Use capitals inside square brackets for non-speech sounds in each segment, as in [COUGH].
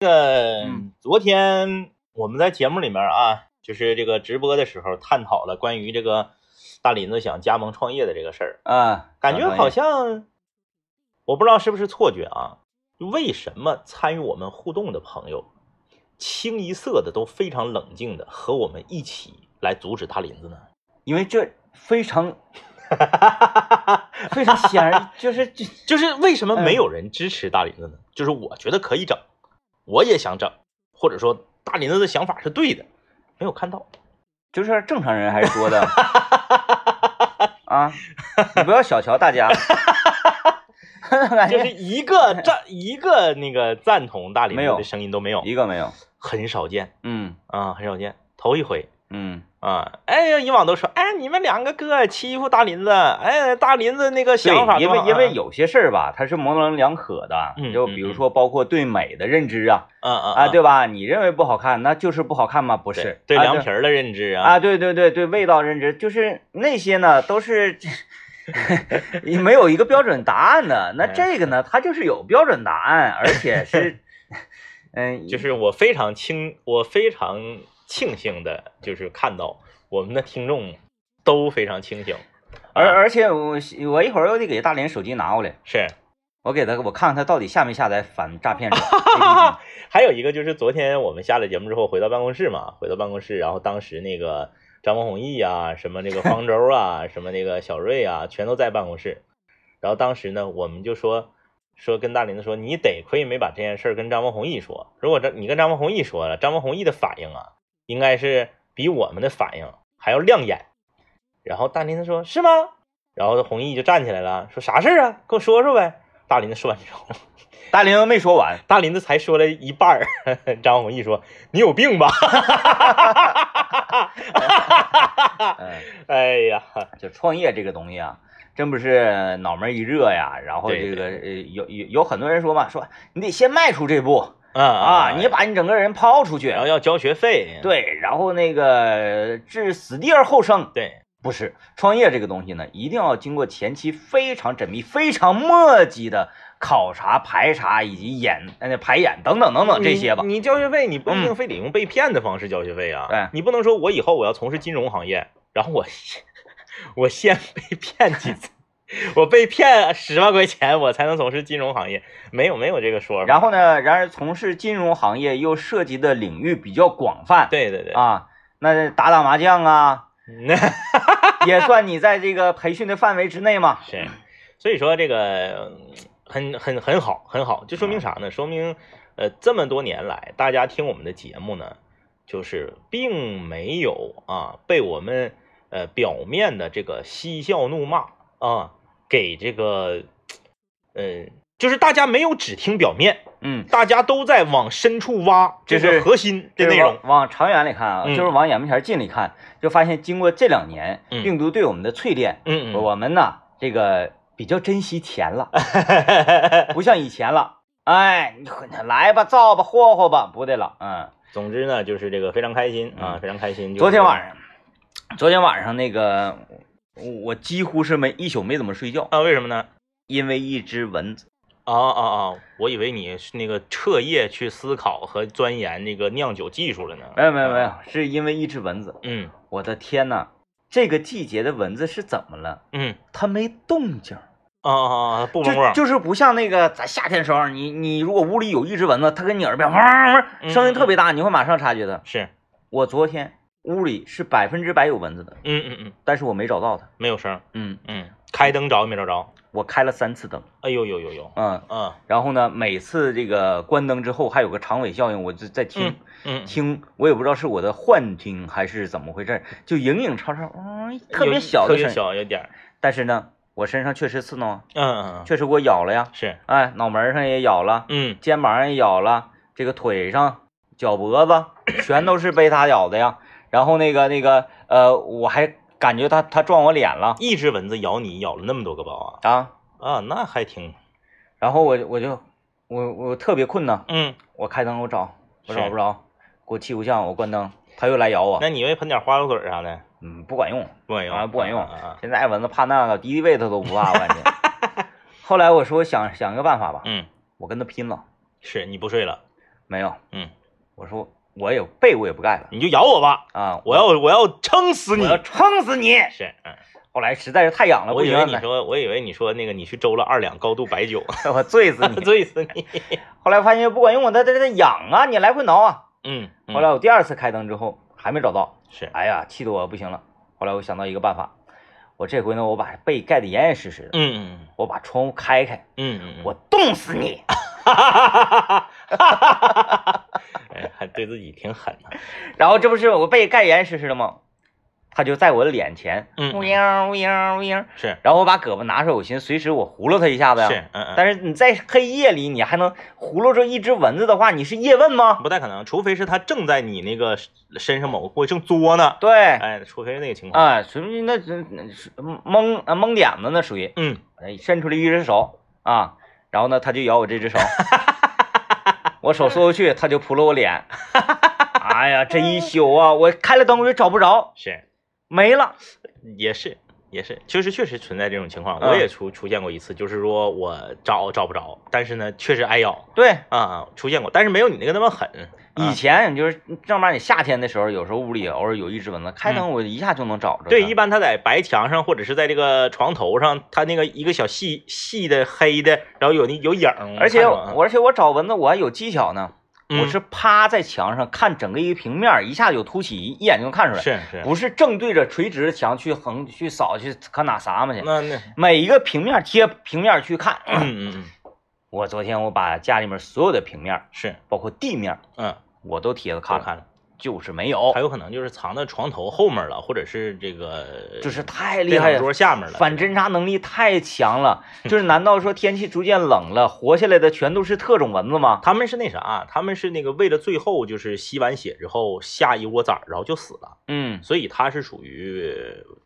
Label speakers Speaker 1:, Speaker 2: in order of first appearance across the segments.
Speaker 1: 这个
Speaker 2: 嗯
Speaker 1: 昨天我们在节目里面啊，就是这个直播的时候探讨了关于这个大林子想加盟创业的这个事儿，
Speaker 2: 啊，
Speaker 1: 感觉好
Speaker 2: 像
Speaker 1: 像我不知道是不是错觉啊，为什么参与我们互动的朋友，清一色的都非常冷静的和我们一起来阻止大林子呢？
Speaker 2: 因为这非常非常显然， [LAUGHS] 就是这
Speaker 1: 就是为什么没有人支持大林子呢？就是我觉得可以整，我也想整，或者说大林子的想法是对的，没有看到。
Speaker 2: 就是正常人还是
Speaker 1: [LAUGHS]
Speaker 2: 多的啊，你不要小瞧
Speaker 1: [LAUGHS]
Speaker 2: 大家，感
Speaker 1: 就是
Speaker 2: 觉
Speaker 1: 一
Speaker 2: [LAUGHS]
Speaker 1: 个赞一个那个赞同大林
Speaker 2: 哎没
Speaker 1: 子
Speaker 2: 有
Speaker 1: 的声音都没有，
Speaker 2: 一个没有，
Speaker 1: 很少见
Speaker 2: 嗯
Speaker 1: 啊，很少见，头一回
Speaker 2: 嗯，
Speaker 1: 啊。哎呀，以往都说，哎，你们两个哥欺负大林子，哎，大林子那个
Speaker 2: 对
Speaker 1: 想法，
Speaker 2: 因
Speaker 1: 多
Speaker 2: 为
Speaker 1: 好
Speaker 2: 因为
Speaker 1: 啊，
Speaker 2: 有些事儿吧，它是模棱两可的，
Speaker 1: 嗯
Speaker 2: 就
Speaker 1: 嗯
Speaker 2: 比如
Speaker 1: 嗯
Speaker 2: 说包括对美的认知啊
Speaker 1: 嗯嗯
Speaker 2: 啊，对吧？你认为不好看，那就是不好看吗？不
Speaker 1: 对
Speaker 2: 是，
Speaker 1: 对
Speaker 2: 啊
Speaker 1: 凉皮儿的认知啊，
Speaker 2: 啊，对对对对，味道认知就是那些呢，
Speaker 1: [LAUGHS]
Speaker 2: 都是也没有一个标准答案的。那
Speaker 1: 嗯
Speaker 2: 这个呢，它就是有标准答案，而且
Speaker 1: [LAUGHS]
Speaker 2: 是，嗯，
Speaker 1: 就是我非常庆，我非常庆幸的，就是看到我们的听众都非常清醒，
Speaker 2: 而而且我我一会儿又得给大林手机拿过来，
Speaker 1: 是。
Speaker 2: 我给他我看看他到底下没下载反诈骗
Speaker 1: 哈
Speaker 2: 手
Speaker 1: 哈， [LAUGHS] 还有一个就是昨天我们下了节目之后回到办公室嘛，回到办公室，然后当时那个张文宏毅啊，什么那个方舟啊，什么那个小瑞啊，全都在办公室。然后当时呢，我们就说说跟大林子说，你得亏没把这件事儿跟张文宏毅说。如果这你跟张文宏毅说了，张文宏毅的反应啊，应该是比我们的反应还要亮眼。然后大林子说：“是吗？”然后弘毅就站起来了，说：“啥事儿啊？跟我说说呗。”大林子说完之后，
Speaker 2: 大林没说完，
Speaker 1: 大林子才说了一半儿， [LAUGHS] 张弘毅说：“你有病吧 [LAUGHS]
Speaker 2: 嗯，？”
Speaker 1: 哎呀，
Speaker 2: 就创业这个东西啊。真不是脑门一热呀，然后
Speaker 1: 对
Speaker 2: 这个呃有有有很多人说嘛，说你得先迈出这步
Speaker 1: 啊
Speaker 2: 啊，你把你整个人抛出去，
Speaker 1: 然后要交学费，
Speaker 2: 对，然后那个置死地而后生，
Speaker 1: 对
Speaker 2: 不是创业这个东西呢，一定要经过前期非常缜密、非常墨迹的考察、排查以及演呃排演等等等等这些吧。
Speaker 1: 你。你交学费，你不一定
Speaker 2: 嗯
Speaker 1: 非得用被骗的方式交学费啊。
Speaker 2: 对
Speaker 1: 你不能说我以后我要从事金融行业，然后我 [LAUGHS] 我先被骗几次，我被骗十万块钱，我才能从事金融行业。没有没有这个说法。
Speaker 2: 然后呢，然而从事金融行业又涉及的领域比较广
Speaker 1: [LAUGHS]
Speaker 2: 泛，
Speaker 1: 对对对，
Speaker 2: 啊，那打打麻
Speaker 1: [LAUGHS]
Speaker 2: 将啊，
Speaker 1: 那、
Speaker 2: 也算你在这个培训的范围之内嘛。
Speaker 1: [LAUGHS] 是，所以说这个嗯很很很好，很好，就说明啥呢？说明呃这么多年来，大家听我们的节目呢，就是并没有啊被我们呃表面的这个嬉笑怒骂啊给这个呃就是大家没有只听表面，
Speaker 2: 嗯，
Speaker 1: 大家都在往深处挖，这
Speaker 2: 这是
Speaker 1: 是核心的
Speaker 2: 这
Speaker 1: 内
Speaker 2: 是往
Speaker 1: 容。
Speaker 2: 往长远里看啊，
Speaker 1: 嗯
Speaker 2: 就是往眼巴前近里看，就发现经过这两年
Speaker 1: 嗯
Speaker 2: 病毒对我们的淬炼，
Speaker 1: 嗯嗯，
Speaker 2: 我们呢，这个比较珍惜钱了，不像以前了。哎，你来吧，造吧，霍霍吧，不对了。嗯，
Speaker 1: [LAUGHS] 总之呢，就是这个非常开心啊，
Speaker 2: 嗯
Speaker 1: 非常开心。
Speaker 2: 昨天
Speaker 1: 上
Speaker 2: 晚上，昨天晚上那个，我我几乎是没一宿没怎么睡觉，
Speaker 1: 啊，为什么呢？
Speaker 2: 因为一只蚊子。
Speaker 1: 啊啊啊！我以为你是那个彻夜去思考和钻研那个酿酒技术了呢。
Speaker 2: 没有没有没有，是因为一只蚊子。
Speaker 1: 嗯
Speaker 2: 我的天呐，这个季节的蚊子是怎么了？
Speaker 1: 嗯
Speaker 2: 它没动静儿，
Speaker 1: 啊啊啊！不嗡
Speaker 2: 就
Speaker 1: 嗡，
Speaker 2: 就是不像那个咱夏天时候，你你如果屋里有一只蚊子，它跟你耳边嗡
Speaker 1: 嗯
Speaker 2: 嗡，声音特别大，你会马上察觉它。
Speaker 1: 是，
Speaker 2: 我昨天屋里是百分之百有蚊子的，
Speaker 1: 嗯嗯嗯，
Speaker 2: 但是我没找到它。
Speaker 1: 没有声儿，
Speaker 2: 嗯，
Speaker 1: 嗯，开灯着也没着着。
Speaker 2: 我开了三次灯，
Speaker 1: 哎呦呦呦呦，
Speaker 2: 嗯，
Speaker 1: 嗯
Speaker 2: 然后呢，每次这个关灯之后还有个长尾效应，我就在听、
Speaker 1: 嗯，
Speaker 2: 听，我也不知道是我的幻听还是怎么回事，就影影绰绰，嗯，特别
Speaker 1: 有
Speaker 2: 小
Speaker 1: 特
Speaker 2: 的
Speaker 1: 别
Speaker 2: 声音。
Speaker 1: 小，有点儿，
Speaker 2: 但是呢，我身上确实刺挠，啊
Speaker 1: 嗯嗯嗯，
Speaker 2: 确实给我咬了呀，
Speaker 1: 是，
Speaker 2: 哎，脑门上也咬了，
Speaker 1: 嗯
Speaker 2: 肩膀上也咬了，这个腿上、脚脖子全都是被它咬的呀。然后那个那个呃，我还感觉它它撞我脸了
Speaker 1: 一只蚊子咬你咬了那么多个包啊
Speaker 2: 啊。
Speaker 1: 啊，那还挺，
Speaker 2: 然后我就我就我我特别困呐，
Speaker 1: 嗯，
Speaker 2: 我开灯我找我找
Speaker 1: 是
Speaker 2: 不着，给我气够呛，我关灯，它又来咬我，
Speaker 1: 那你以为喷点花露水啥的
Speaker 2: 嗯，不管用，
Speaker 1: 不管
Speaker 2: 啊
Speaker 1: 用？
Speaker 2: 不管用
Speaker 1: 啊啊，啊
Speaker 2: 现在蚊子怕那个敌敌畏它都不怕，我感觉。
Speaker 1: [LAUGHS]
Speaker 2: 后来我说我想想个办法吧，
Speaker 1: 嗯，
Speaker 2: 我跟它拼了，
Speaker 1: 是你不睡了，
Speaker 2: 没有，
Speaker 1: 嗯，
Speaker 2: 我说我也背我也不干了
Speaker 1: 你就咬我吧，
Speaker 2: 啊，
Speaker 1: 我要我要撑死嗯你
Speaker 2: 我。要撑死你。
Speaker 1: 是，嗯，
Speaker 2: 后来实在是太痒了，
Speaker 1: 我
Speaker 2: 啊不
Speaker 1: 以
Speaker 2: 行
Speaker 1: 为你
Speaker 2: 了，
Speaker 1: 说，我以为你说那个你去周了二两高度白酒，
Speaker 2: 我醉死你。
Speaker 1: [LAUGHS] 醉死你。
Speaker 2: 后来发现不管用啊，它它它痒啊，你来回挠啊。
Speaker 1: 嗯，嗯
Speaker 2: 后来我第二次开灯之后还没找到，
Speaker 1: 是，
Speaker 2: 哎呀，气得我不行了。后来我想到一个办法，我这回呢，我把被盖得严严实实的，
Speaker 1: 嗯嗯
Speaker 2: 我把窗户开开，
Speaker 1: 嗯嗯，
Speaker 2: 我冻死你。 [LAUGHS]
Speaker 1: 哎还对自己挺狠的。
Speaker 2: 然后这不是我被盖严实实的吗？他就在我脸前，
Speaker 1: 嗯
Speaker 2: 乌央乌央乌央。
Speaker 1: 是
Speaker 2: 然后我把胳膊拿出来，我寻思随时我葫芦它一下子呀。
Speaker 1: 是，嗯嗯，
Speaker 2: 但是你在黑夜里，你还能葫芦着一只蚊子的话，你是叶问吗？
Speaker 1: 不太可能，除非是他正在你那个身上某个部位正作呢。
Speaker 2: 对，
Speaker 1: 哎，除非是那个情况。
Speaker 2: 啊，属于那那那是蒙啊蒙点子，那属于
Speaker 1: 嗯，
Speaker 2: 哎伸出了一只手啊，然后呢，他就咬我
Speaker 1: [LAUGHS]
Speaker 2: 这只手，我手缩回去，他就扑了我
Speaker 1: [LAUGHS]
Speaker 2: 脸。哎呀，这一宿啊，我开了灯我就找不着，
Speaker 1: 是，
Speaker 2: 没了。
Speaker 1: 也是。也是，确实确实存在这种情况，
Speaker 2: 嗯
Speaker 1: 我也出出现过一次，就是说我找找不着，但是呢，确实挨咬
Speaker 2: 对，
Speaker 1: 啊，出现过，但是没有你那个那么狠。啊
Speaker 2: 以前就是正儿八经夏天的时候，有时候屋里偶尔有一只蚊子，开灯我一下就能找着
Speaker 1: 嗯
Speaker 2: 它。
Speaker 1: 对，一般它在白墙上或者是在这个床头上，它那个一个小细细的黑的，然后有那有影儿，
Speaker 2: 而且
Speaker 1: 看着啊
Speaker 2: 我而且我找蚊子我还有技巧呢，
Speaker 1: 嗯
Speaker 2: 我是趴在墙上看整个一个平面，一下就凸起，一眼就能看出来。
Speaker 1: 是是，
Speaker 2: 不是正对着垂直的墙去横去扫去可哪啥嘛去，
Speaker 1: 那那
Speaker 2: 每一个平面贴平面去看。
Speaker 1: [CLEARS THROAT]
Speaker 2: [CLEARS THROAT]
Speaker 1: 嗯嗯嗯
Speaker 2: 我昨天我把家里面所有的平面，
Speaker 1: 是
Speaker 2: 包括地面，
Speaker 1: 嗯，
Speaker 2: 我都贴着看
Speaker 1: 看
Speaker 2: 了，
Speaker 1: 看了，
Speaker 2: 就是没有
Speaker 1: 还，有可能就是藏在床头后面了，或者是这个
Speaker 2: 就是太厉
Speaker 1: 电
Speaker 2: 害
Speaker 1: 脑
Speaker 2: 了，
Speaker 1: 桌下面了，
Speaker 2: 反侦查能力太强了。就是难道说天气逐渐冷了，活下来的全都是特种蚊子吗？
Speaker 1: 他们是那啥，啊他们是那个为了最后就是吸完血之后下一窝崽儿，然后就死了，
Speaker 2: 嗯，
Speaker 1: 所以他是属于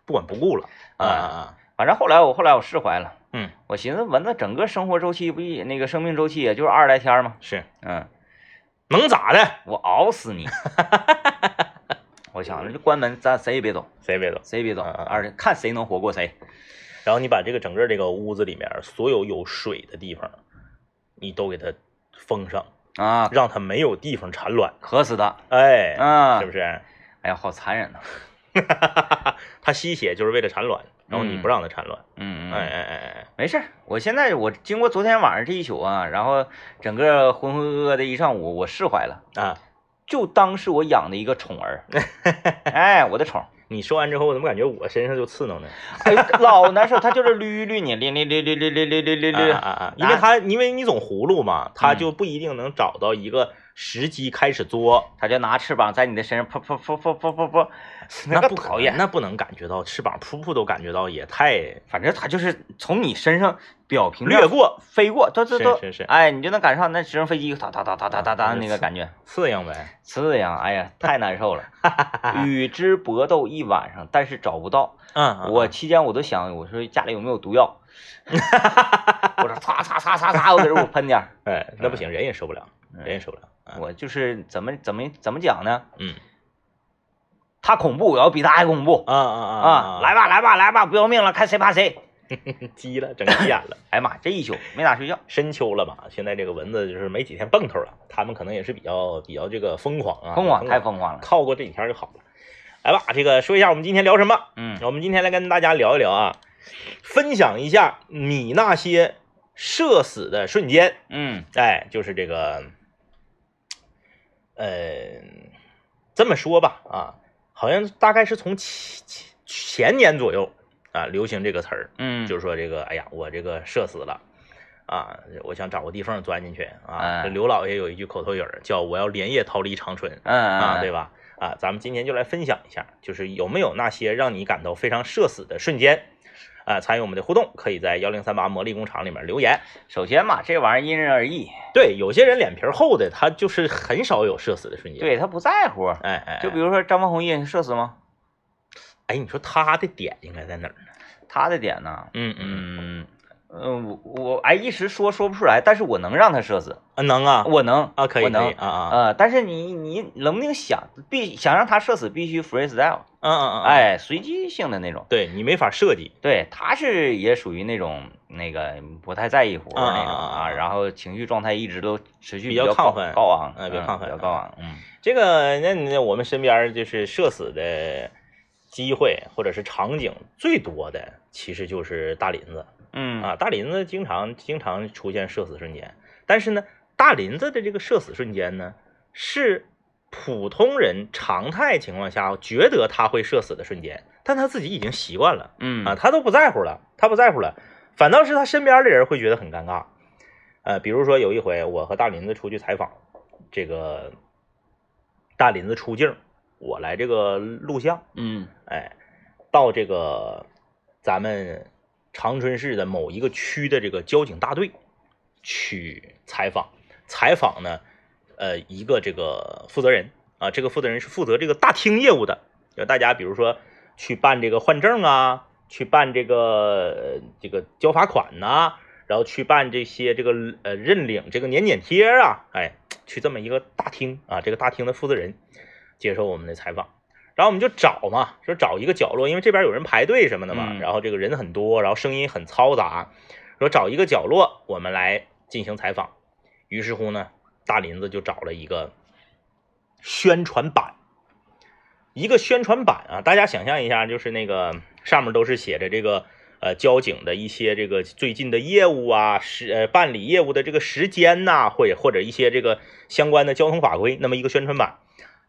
Speaker 1: 不管不顾了啊啊啊，
Speaker 2: 反正后来我后来我释怀了，
Speaker 1: 嗯，
Speaker 2: 我寻思蚊子整个生活周期不也那个生命周期也就是二十来天嘛，
Speaker 1: 是
Speaker 2: 嗯，
Speaker 1: 能咋的？
Speaker 2: 我熬
Speaker 1: [LAUGHS]
Speaker 2: 死你。我想着就关门，咱谁也别走，
Speaker 1: 谁也别走。
Speaker 2: 谁也别走，
Speaker 1: 嗯嗯嗯
Speaker 2: 二看谁能活过谁。
Speaker 1: 然后你把这个整个这个屋子里面所有有水的地方，你都给它封上，
Speaker 2: 啊，
Speaker 1: 让它没有地方产卵。
Speaker 2: 渴死他
Speaker 1: 哎，
Speaker 2: 啊！
Speaker 1: 是不是？ [LAUGHS]
Speaker 2: 哎呀，好残忍呐、
Speaker 1: 它吸血就是为了产卵，然后你不让它产卵。
Speaker 2: 嗯嗯，
Speaker 1: 哎，哎哎哎，
Speaker 2: 没事儿，我现在我经过昨天晚上这一宿啊，然后整个浑浑噩噩的一上午，我释怀了，
Speaker 1: 哎啊！
Speaker 2: 就当是我养的一个宠儿。
Speaker 1: [LAUGHS]
Speaker 2: 哎，我的宠儿，
Speaker 1: 你说完之后，我怎么感觉我身上就刺挠呢？
Speaker 2: 哎呦，老难受，它就是捋捋你，捋捋捋捋捋捋捋捋
Speaker 1: 啊啊
Speaker 2: 捋。
Speaker 1: 啊！啊因为它因为你总葫芦嘛，它就不一定能找到一个时机开始作。
Speaker 2: 它就拿翅膀在你的身上扑扑扑扑扑扑扑，那个
Speaker 1: 不可
Speaker 2: 讨
Speaker 1: 能
Speaker 2: 厌。
Speaker 1: 那不能感觉到翅膀噗噗都感觉到，也太
Speaker 2: 反正它就是从你身上表平面
Speaker 1: 略过
Speaker 2: 飞过，都都
Speaker 1: 是
Speaker 2: 都，
Speaker 1: 是是
Speaker 2: 哎，你就能感受到那直升飞机哒哒哒哒哒哒
Speaker 1: 啊
Speaker 2: 哒
Speaker 1: 就是
Speaker 2: 那个感觉，
Speaker 1: 刺痒呗。
Speaker 2: 刺痒，哎呀，太
Speaker 1: [LAUGHS]
Speaker 2: 难受了，与之搏斗一晚上，但是找不到。
Speaker 1: 嗯，嗯
Speaker 2: 我期间我都想，我说家里有没有毒
Speaker 1: [LAUGHS]
Speaker 2: 药，我说擦擦擦擦擦，我给我喷点儿，
Speaker 1: 哎，那不行，人也受不了，
Speaker 2: 嗯
Speaker 1: 人也受不了。 [LAUGHS] 啊
Speaker 2: 我就是怎么怎么怎么讲呢？
Speaker 1: 嗯
Speaker 2: 他恐怖，我要比他还恐怖
Speaker 1: 啊啊
Speaker 2: 啊！来吧来吧来吧，不要命了，看谁怕谁。
Speaker 1: [LAUGHS] 急了，整急眼了，
Speaker 2: 哎呀妈，这一宿没咋睡觉，
Speaker 1: 深秋了嘛，现在这个蚊子就是没几天蹦头了，他们可能也是比较比较这个疯狂啊，
Speaker 2: 疯狂太
Speaker 1: 狂，
Speaker 2: 疯狂了，
Speaker 1: 靠过这几天就好了。来吧，这个说一下我们今天聊什么？
Speaker 2: 嗯。
Speaker 1: 我们今天来跟大家聊一聊啊，分享一下你那些社死的瞬间。
Speaker 2: 嗯
Speaker 1: 哎，就是这个，呃，这么说吧，啊，好像大概是从前前前年左右啊，流行这个词儿，
Speaker 2: 嗯，
Speaker 1: 就是说这个，哎呀，我这个社死了，啊，我想找个地缝钻进去啊。
Speaker 2: 哎
Speaker 1: 这刘老爷有一句口头语儿叫“我要连夜逃离长春”，
Speaker 2: 嗯
Speaker 1: 啊，对
Speaker 2: 吧？
Speaker 1: 吧？啊，咱们今天就来分享一下，就是有没有那些让你感到非常社死的瞬间。啊，参与我们的互动，可以在幺零三八魔力工厂里面留言。
Speaker 2: 首先嘛，这玩意儿因人而异，
Speaker 1: 对，有些人脸皮儿厚的，他就是很少有社死的瞬间。，
Speaker 2: 对他不在乎。
Speaker 1: 哎哎，
Speaker 2: 就比
Speaker 1: 如，
Speaker 2: 如说张文宏一人社死吗？
Speaker 1: 哎，你说他的点应该在哪儿呢？
Speaker 2: 他的点呢？
Speaker 1: 嗯嗯，
Speaker 2: 嗯嗯，我我哎一时说说不出来，但是我能让他社死，
Speaker 1: 啊能啊
Speaker 2: 我能
Speaker 1: 啊，可以可
Speaker 2: 我
Speaker 1: 以
Speaker 2: 能呃
Speaker 1: 啊啊
Speaker 2: 呃，但是你你能不能想必想让他社死，必须 freestyle，
Speaker 1: 嗯嗯嗯嗯，，
Speaker 2: 哎，随机性的那种。
Speaker 1: 对你没法设计，
Speaker 2: 对，他是也属于那种那个不太在意活儿那种啊，
Speaker 1: 啊
Speaker 2: 然后情绪状态一直都持续
Speaker 1: 比较
Speaker 2: 较
Speaker 1: 亢
Speaker 2: 高
Speaker 1: 奋
Speaker 2: 高昂，
Speaker 1: 哎
Speaker 2: 嗯
Speaker 1: 比
Speaker 2: 比
Speaker 1: 较亢奋
Speaker 2: 较高昂，嗯，
Speaker 1: 这个，那你那我们身边儿就是社死的机会或者是场景最多的，其实就是大林子
Speaker 2: 嗯
Speaker 1: 啊。大林子经常经常出现社死瞬间，但是呢，大林子的这个社死瞬间呢，是普通人常态情况下觉得他会社死的瞬间，但他自己已经习惯了
Speaker 2: 嗯
Speaker 1: 啊，他都不在乎了，他不在乎了，反倒是他身边的人会觉得很尴尬。呃，比如说有一回我和大林子出去采访，这个大林子出镜，我来这个录像，
Speaker 2: 嗯
Speaker 1: 哎，到这个咱们长春市的某一个区的这个交警大队去采访，采访呢，呃，一个这个负责人啊，这个负责人是负责这个大厅业务的，就大家比如说去办这个换证啊，去办这个呃这个交罚款呐、然后去办这些这个呃认领这个年检贴啊，哎，去这么一个大厅啊，这个大厅的负责人接受我们的采访。然后我们就找嘛，说找一个角落，因为这边有人排队什么的嘛，
Speaker 2: 嗯
Speaker 1: 然后这个人很多，然后声音很嘈杂，说找一个角落我们来进行采访。于是乎呢，大林子就找了一个宣传板，一个宣传板啊，大家想象一下，就是那个上面都是写着这个呃交警的一些这个最近的业务啊，时呃办理业务的这个时间呐、或者或者一些这个相关的交通法规，那么一个宣传板。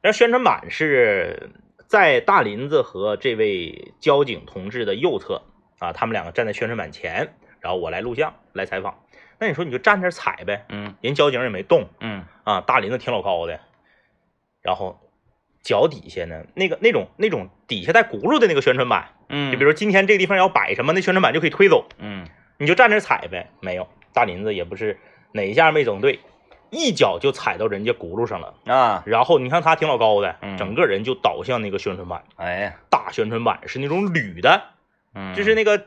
Speaker 1: 那宣传板是在大林子和这位交警同志的右侧啊，他们两个站在宣传板前，然后我来录像来采访。那你说你就站那儿采呗，
Speaker 2: 嗯
Speaker 1: 人交警也没动，
Speaker 2: 嗯
Speaker 1: 啊，大林子挺老高的，然后脚底下呢，那个那种那种底下带轱辘的那个宣传板，
Speaker 2: 嗯，
Speaker 1: 就比如说今天这个地方要摆什么，那宣传板就可以推走，
Speaker 2: 嗯
Speaker 1: 你就站那儿踩呗。没有，大林子也不是哪一下没整对，一脚就踩到人家轱辘上了，
Speaker 2: 啊，
Speaker 1: 然后你看他挺老高的，
Speaker 2: 嗯
Speaker 1: 整个人就倒向那个宣传板，
Speaker 2: 哎呀，
Speaker 1: 大宣传板是那种铝的，
Speaker 2: 嗯，
Speaker 1: 就是那个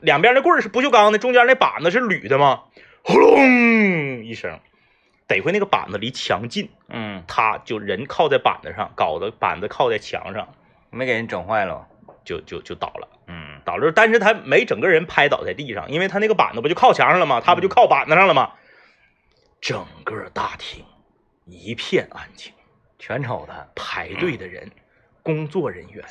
Speaker 1: 两边那棍儿是不锈钢的，中间那板子是铝的嘛，轰隆一声，得亏那个板子离墙近。
Speaker 2: 嗯，
Speaker 1: 他就人靠在板子上，搞得板子靠在墙上，
Speaker 2: 没给人整坏了，
Speaker 1: 就就就倒了，
Speaker 2: 嗯
Speaker 1: 倒了。但是他没整个人拍倒在地上，因为他那个板子不就靠墙上了吗？他不就靠板子上了吗？整个大厅一片安静，
Speaker 2: 全瞅他，
Speaker 1: 排队的人，工作人员。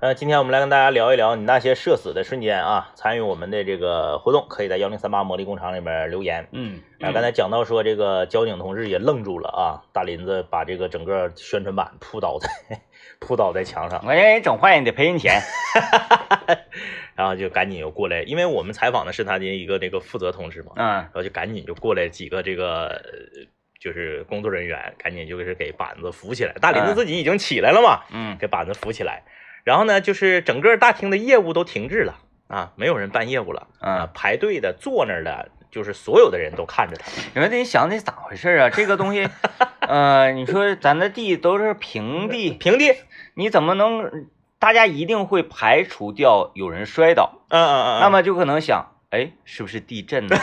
Speaker 1: 呃，今天我们来跟大家聊一聊你那些社死的瞬间啊！参与我们的这个活动，可以在幺零三八魔力工厂里面留言。
Speaker 2: 嗯
Speaker 1: 啊，刚才讲到说这个交警同志也愣住了啊，大林子把这个整个宣传板扑倒在扑倒在墙上， [LAUGHS]
Speaker 2: 我让人整坏，你得赔人钱，
Speaker 1: 然后就赶紧又过来，因为我们采访的是他的一个那个负责同志嘛，
Speaker 2: 嗯
Speaker 1: 然后就赶紧就过来几个这个呃就是工作人员，赶紧就是给板子扶起来，大林子
Speaker 2: 嗯
Speaker 1: 自己已经起来了嘛，
Speaker 2: 嗯
Speaker 1: 给板子扶起来，然后呢，就是整个大厅的业务都停滞了啊，没有人办业务了啊
Speaker 2: 嗯，，
Speaker 1: 排队的坐那儿的，就是所有的人都看着他，
Speaker 2: 你说得想这咋回事儿啊？这个东西，呃，你说咱的地都是 [LAUGHS] 平地，
Speaker 1: 平地，
Speaker 2: 你怎么能？大家一定会排除掉有人摔倒，
Speaker 1: 嗯嗯嗯，
Speaker 2: 那么就可能想，哎，是不是地震 [LAUGHS] 呢？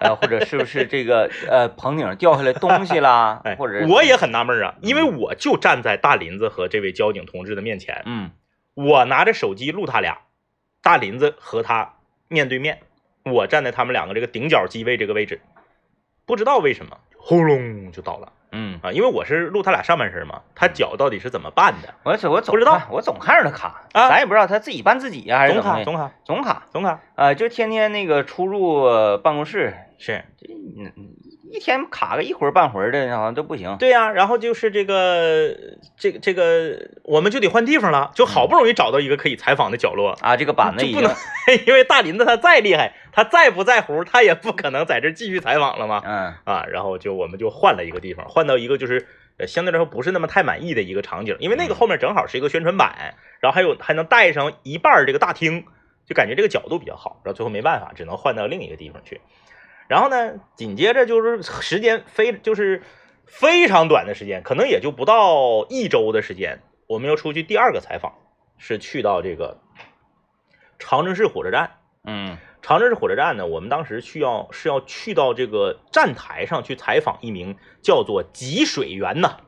Speaker 2: 呃，或者是不是这个呃棚顶掉下来东西啦？
Speaker 1: 哎，
Speaker 2: 或者
Speaker 1: 我也很纳闷啊，因为
Speaker 2: 嗯
Speaker 1: 我就站在大林子和这位交警同志的面前，
Speaker 2: 嗯
Speaker 1: 我拿着手机录他俩，大林子和他面对面，我站在他们两个这个顶角机位这个位置，不知道为什么轰隆就倒了
Speaker 2: 嗯，
Speaker 1: 啊，因为我是录他俩上半身嘛，他脚到底是怎么绊的？
Speaker 2: 我总我总
Speaker 1: 不知道
Speaker 2: 看我总看着他卡，
Speaker 1: 啊
Speaker 2: 咱也不知道他自己办自己呀还是
Speaker 1: 总
Speaker 2: 怎么
Speaker 1: 卡
Speaker 2: 的，
Speaker 1: 总卡
Speaker 2: 总卡
Speaker 1: 总卡
Speaker 2: 啊，就天天那个出入呃办公室，
Speaker 1: 是
Speaker 2: 这嗯一天卡个一会儿半会儿的，好像都不行。
Speaker 1: 对呀、然后就是这个这个这个，我们就得换地方了，就好
Speaker 2: 嗯
Speaker 1: 不容易找到一个可以采访的角落，
Speaker 2: 啊，这个板子
Speaker 1: [LAUGHS] 就
Speaker 2: 已
Speaker 1: 不
Speaker 2: 经
Speaker 1: 能，因为大林子他再厉害，他再不在乎，他也不可能在这儿继续采访了嘛。
Speaker 2: 嗯
Speaker 1: 啊，然后就我们就换了一个地方，换到一个就是呃相对来说不是那么太满意的一个场景，因为那个
Speaker 2: 嗯
Speaker 1: 后面正好是一个宣传板，然后还有还能带上一半儿这个大厅，就感觉这个角度比较好，然后最后没办法，只能换到另一个地方去。然后呢，紧接着就是时间非就是非常短的时间，可能也就不到一周的时间，我们又出去第二个采访，是去到这个长春市火车站。
Speaker 2: 嗯
Speaker 1: 长春市火车站呢，我们当时需要是要去到这个站台上去采访一名叫做吉水员呐，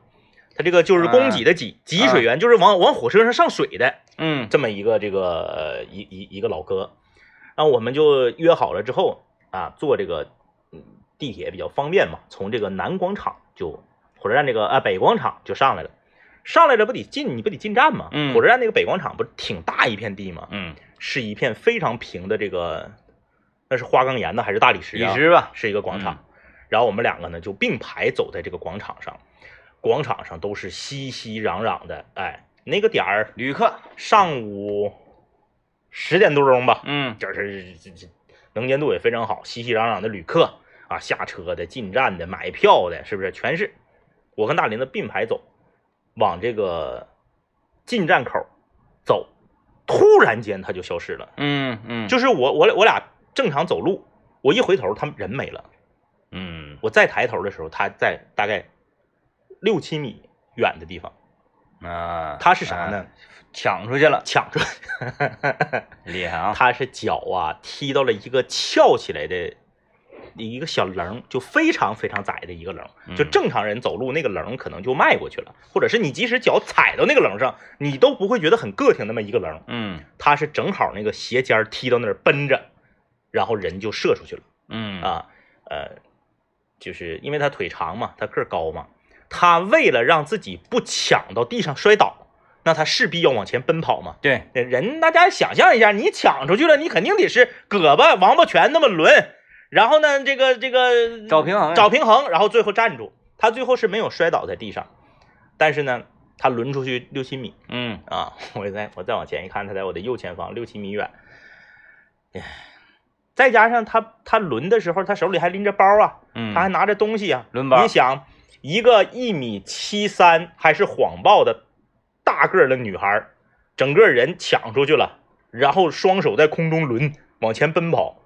Speaker 1: 它这个就是供给的给，给水源就是往往火车上上水的
Speaker 2: 嗯
Speaker 1: 这么一个这个呃一一一个老哥，然后我们就约好了之后啊，坐这个嗯地铁比较方便嘛，从这个南广场就火车站这个啊北广场就上来了，上来了不得进你不得进站吗？
Speaker 2: 嗯
Speaker 1: 火车站那个北广场不是挺大一片地吗？
Speaker 2: 嗯，
Speaker 1: 是一片非常平的这个，那是花岗岩呢还是大理石
Speaker 2: 李
Speaker 1: 啊？
Speaker 2: 直吧，
Speaker 1: 是一个广场。然后我们两个呢就并排走在这个广场上，广场上都是熙熙攘攘的。哎，那个点儿
Speaker 2: 旅客，
Speaker 1: 上午十点多钟吧，
Speaker 2: 嗯
Speaker 1: 就是这这能见度也非常好，熙熙攘攘的旅客啊，下车的、进站的、买票的，是不是全是？我跟大林子并排走，往这个进站口走，突然间他就消失了。
Speaker 2: 嗯嗯，
Speaker 1: 就是我我俩我俩正常走路，我一回头，他人没了。
Speaker 2: 嗯
Speaker 1: 我再抬头的时候，他在大概六七米远的地方，
Speaker 2: 啊，
Speaker 1: 他是啥呢？
Speaker 2: 抢出去了，
Speaker 1: 抢出来，
Speaker 2: 厉害啊！
Speaker 1: 他是脚啊踢到了一个翘起来的一个小棱，就非常非常窄的一个棱，就
Speaker 2: 嗯
Speaker 1: 正常人走路那个棱可能就迈过去了，或者是你即使脚踩到那个棱上，你都不会觉得很个挺那么一个棱，
Speaker 2: 嗯
Speaker 1: 他是正好那个鞋尖儿踢到那儿奔着，然后人就射出去了。
Speaker 2: 嗯，
Speaker 1: 啊，呃，就是因为他腿长嘛，他个儿高嘛，他为了让自己不抢到地上摔倒，那他势必要往前奔跑嘛。
Speaker 2: 对，
Speaker 1: 那人大家想象一下，你抢出去了，你肯定得是胳膊王八拳那么抡，然后呢，这个这个
Speaker 2: 找平衡呀
Speaker 1: 找平衡，啊然后最后站住。他最后是没有摔倒在地上，但是呢，他抡出去六七米
Speaker 2: 嗯
Speaker 1: 啊！ [LAUGHS] 我再我再往前一看，他在我的右前方六七米远。唉再加上他他抡的时候，他手里还拎着包啊，
Speaker 2: 嗯，
Speaker 1: 他还拿着东西啊，
Speaker 2: 抡包
Speaker 1: 你想，一个一米七三还是谎报的大个儿的女孩儿，整个人抢出去了，然后双手在空中抡往前奔跑，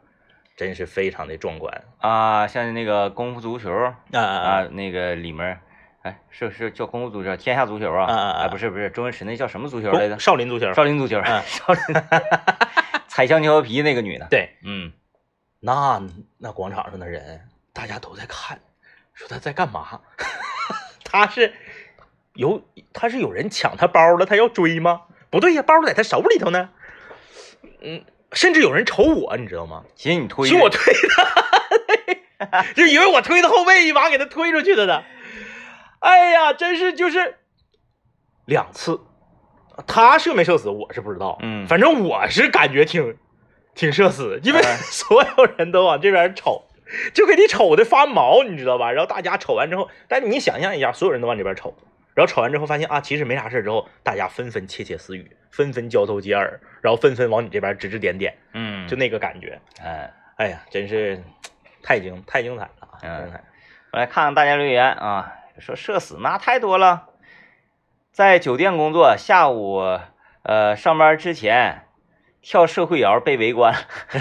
Speaker 1: 真是非常的壮观
Speaker 2: 啊，像那个功夫足球
Speaker 1: 啊
Speaker 2: 啊，！那个里面，哎，是是叫功夫足球，天下足球啊？
Speaker 1: 啊啊啊
Speaker 2: 哎，不是不是，周星驰那叫什么足球来
Speaker 1: 功
Speaker 2: 着？
Speaker 1: 少林足球，
Speaker 2: 少林足球，
Speaker 1: 嗯
Speaker 2: [LAUGHS] 少
Speaker 1: [LAUGHS]
Speaker 2: 林，踩香蕉皮那个女的。
Speaker 1: 对，
Speaker 2: 嗯
Speaker 1: 那那广场上的人，大家都在看，说他在干嘛？ [LAUGHS] 他是有他是有人抢他包了，他要追吗？不对呀，包在他手里头呢。嗯，甚至有人瞅我，你知道吗？
Speaker 2: 寻思你推
Speaker 1: 是
Speaker 2: 的
Speaker 1: 我推的， [LAUGHS] 就以为我推的后背一把给他推出去的呢。哎呀，真是就是两次，他射没射死我是不知道，
Speaker 2: 嗯
Speaker 1: 反正我是感觉挺挺社死，因为
Speaker 2: 哎
Speaker 1: [LAUGHS] 所有人都往这边瞅，就给你瞅的发毛，你知道吧？然后大家瞅完之后，但你想象一下，所有人都往这边瞅，然后瞅完之后发现啊，其实没啥事儿之后，大家纷纷窃窃私语，纷纷交头接耳，然后纷纷往你这边指指点点，
Speaker 2: 嗯，
Speaker 1: 就那个感觉。
Speaker 2: 哎，
Speaker 1: 哎呀，真是太精太精彩了啊！
Speaker 2: 嗯
Speaker 1: 精彩。
Speaker 2: 我来看看大家留言啊，说社死那太多了，在酒店工作，下午呃上班之前跳社会摇被围观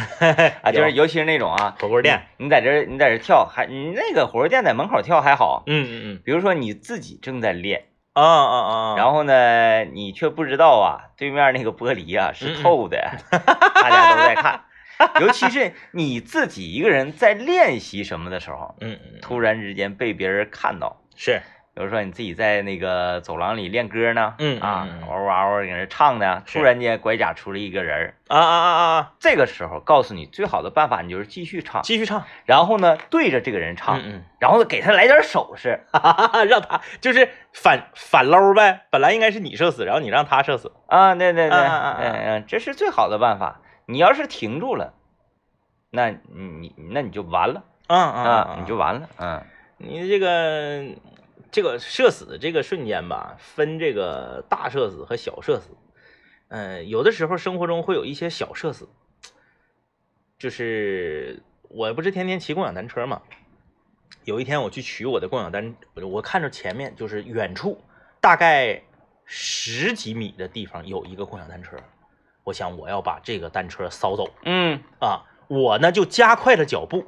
Speaker 2: [LAUGHS] 啊，就是尤其是那种啊
Speaker 1: 火锅店，
Speaker 2: 你在这儿你在这儿跳还你那个火锅店在门口跳还好，
Speaker 1: 嗯嗯嗯，
Speaker 2: 比如说你自己正在练，
Speaker 1: 啊啊啊！
Speaker 2: 然后呢你却不知道啊对面那个玻璃啊
Speaker 1: 嗯
Speaker 2: 是透的，大家都在看， [LAUGHS] 尤其是你自己一个人在练习什么的时候，
Speaker 1: 嗯嗯
Speaker 2: 突然之间被别人看到。
Speaker 1: 是，
Speaker 2: 比如说你自己在那个走廊里练歌呢，
Speaker 1: 嗯
Speaker 2: 啊
Speaker 1: 嗯嗯，
Speaker 2: 嗷嗷嗷给人唱呢，
Speaker 1: 是
Speaker 2: 突然间拐角出了一个人儿，
Speaker 1: 啊啊啊啊！
Speaker 2: 这个时候告诉你最好的办法，你就是继续唱，
Speaker 1: 继续唱，
Speaker 2: 然后呢对着这个人唱，
Speaker 1: 嗯
Speaker 2: 然后给他来点手势
Speaker 1: 嗯，哈哈哈， [LAUGHS] 让他就是反反搂呗。本来应该是你射死，然后你让他射死。
Speaker 2: 啊，对对对，
Speaker 1: 啊啊啊
Speaker 2: 嗯嗯，这是最好的办法。你要是停住了，那你你那你就完了
Speaker 1: 嗯
Speaker 2: 啊，
Speaker 1: 你
Speaker 2: 你就
Speaker 1: 就
Speaker 2: 完了，嗯
Speaker 1: 你这个这个射死这个瞬间吧，分这个大射死和小射死。嗯、有的时候生活中会有一些小社死，就是我不是天天骑共享单车嘛，有一天我去取我的共享单，我看着前面就是远处大概十几米的地方有一个共享单车，我想我要把这个单车骚走
Speaker 2: 嗯
Speaker 1: 啊，我呢就加快了脚步。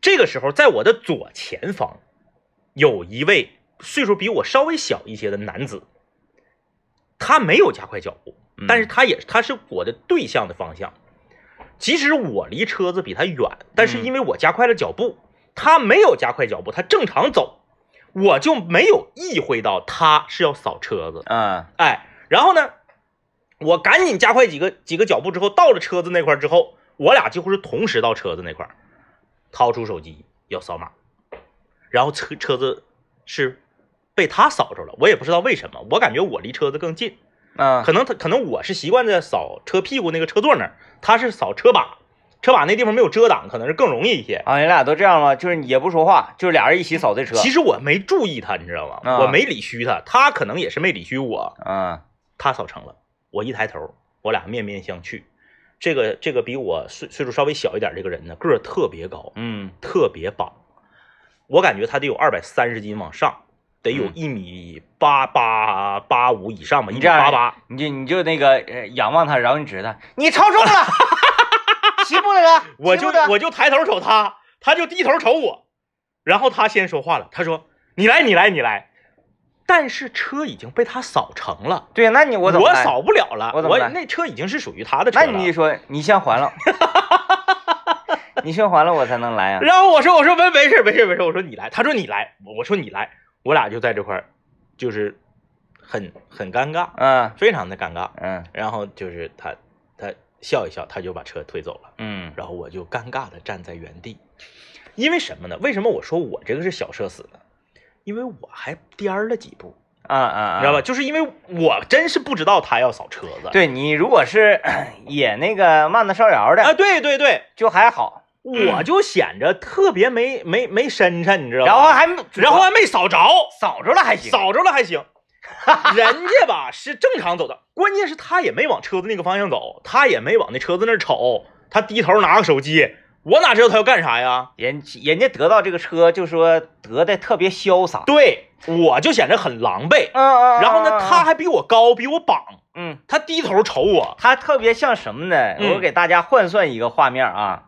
Speaker 1: 这个时候，在我的左前方有一位岁数比我稍微小一些的男子，他没有加快脚步，
Speaker 2: 嗯
Speaker 1: 但是他也他是我的对向的方向。即使我离车子比他远，但是因为我加快了脚步，他没有加快脚步，他正常走。我就没有意会到他是要扫车子，
Speaker 2: 嗯
Speaker 1: 哎，然后呢，我赶紧加快几个几个脚步之后，到了车子那块儿之后，我俩几乎是同时到车子那块儿，掏出手机要扫码，然后车车子是被他扫着了，我也不知道为什么，我感觉我离车子更近，
Speaker 2: 嗯
Speaker 1: 可能他可能我是习惯在扫车屁股那个车座那儿，他是扫车把，车把那地方没有遮挡，可能是更容易一些。
Speaker 2: 啊，你俩都这样吗？就是也不说话，就是俩人一起扫这车。
Speaker 1: 其实我没注意他，你知道吗？
Speaker 2: 啊
Speaker 1: 我没理虚他，他可能也是没理虚我。
Speaker 2: 嗯
Speaker 1: 他扫成了。我一抬头，我俩面面相觑。这个这个比我岁岁数稍微小一点这个人呢，个儿特别高，
Speaker 2: 嗯
Speaker 1: 特别棒。我感觉他得有二百三十斤往上，得有
Speaker 2: 嗯
Speaker 1: 一米八八八五以上吧，一
Speaker 2: 你
Speaker 1: 米
Speaker 2: 这样
Speaker 1: 八八。
Speaker 2: 你就你就那个呃仰望他，然后你指着他，你超重
Speaker 1: [LAUGHS]
Speaker 2: 了，欺负了他，
Speaker 1: 我
Speaker 2: 欺
Speaker 1: 就
Speaker 2: 负他
Speaker 1: 我就抬头瞅他，他就低头瞅我。然后他先说话了，他说：“你来，你来，你来。”但是车已经被他扫成了，
Speaker 2: 对，那你我
Speaker 1: 我
Speaker 2: 怎么办？
Speaker 1: 扫不了了，
Speaker 2: 我
Speaker 1: 我
Speaker 2: 怎么办
Speaker 1: 那车已经是属于他的车
Speaker 2: 那
Speaker 1: 了。
Speaker 2: 你说你先
Speaker 1: [LAUGHS]
Speaker 2: 还了，你先还了我才能来啊。
Speaker 1: 然后我说我说没没事没事没事，我说你来，他说你来，我我说你来，我俩就在这块儿，就是很很尴尬，
Speaker 2: 嗯
Speaker 1: 非常的尴尬。
Speaker 2: 嗯
Speaker 1: 然后就是他他笑一笑，他就把车推走了，
Speaker 2: 嗯
Speaker 1: 然后我就尴尬的站在原地，因为什么呢？为什么我说我这个是小社死呢？因为我还颠儿了几步，
Speaker 2: 啊啊，
Speaker 1: 你知道吧？？就是因为我真是不知道他要扫车子。
Speaker 2: 对你如果是 [CLEARS THROAT] 也那个慢的稍摇
Speaker 1: 啊，
Speaker 2: 的，
Speaker 1: 对对对，
Speaker 2: 就还好。
Speaker 1: 我就显着特别没没没深沉，你知道吧？
Speaker 2: 然后还
Speaker 1: 然后还没扫着，
Speaker 2: 扫着了还行。
Speaker 1: 扫着了还行，人家吧是正常走的，关键是他也没往车子那个方向走，他也没往那车子那儿瞅，他低头拿个手机，我哪知道他要干啥呀？
Speaker 2: 人人家得到这个车，就说得的特别潇洒。
Speaker 1: 对，我就显得很狼狈。
Speaker 2: 嗯嗯。
Speaker 1: 然后呢，
Speaker 2: 嗯
Speaker 1: 他还比我高，比我绑，
Speaker 2: 嗯，
Speaker 1: 他低头瞅我，
Speaker 2: 他特别像什么呢？
Speaker 1: 嗯
Speaker 2: 我给大家换算一个画面啊，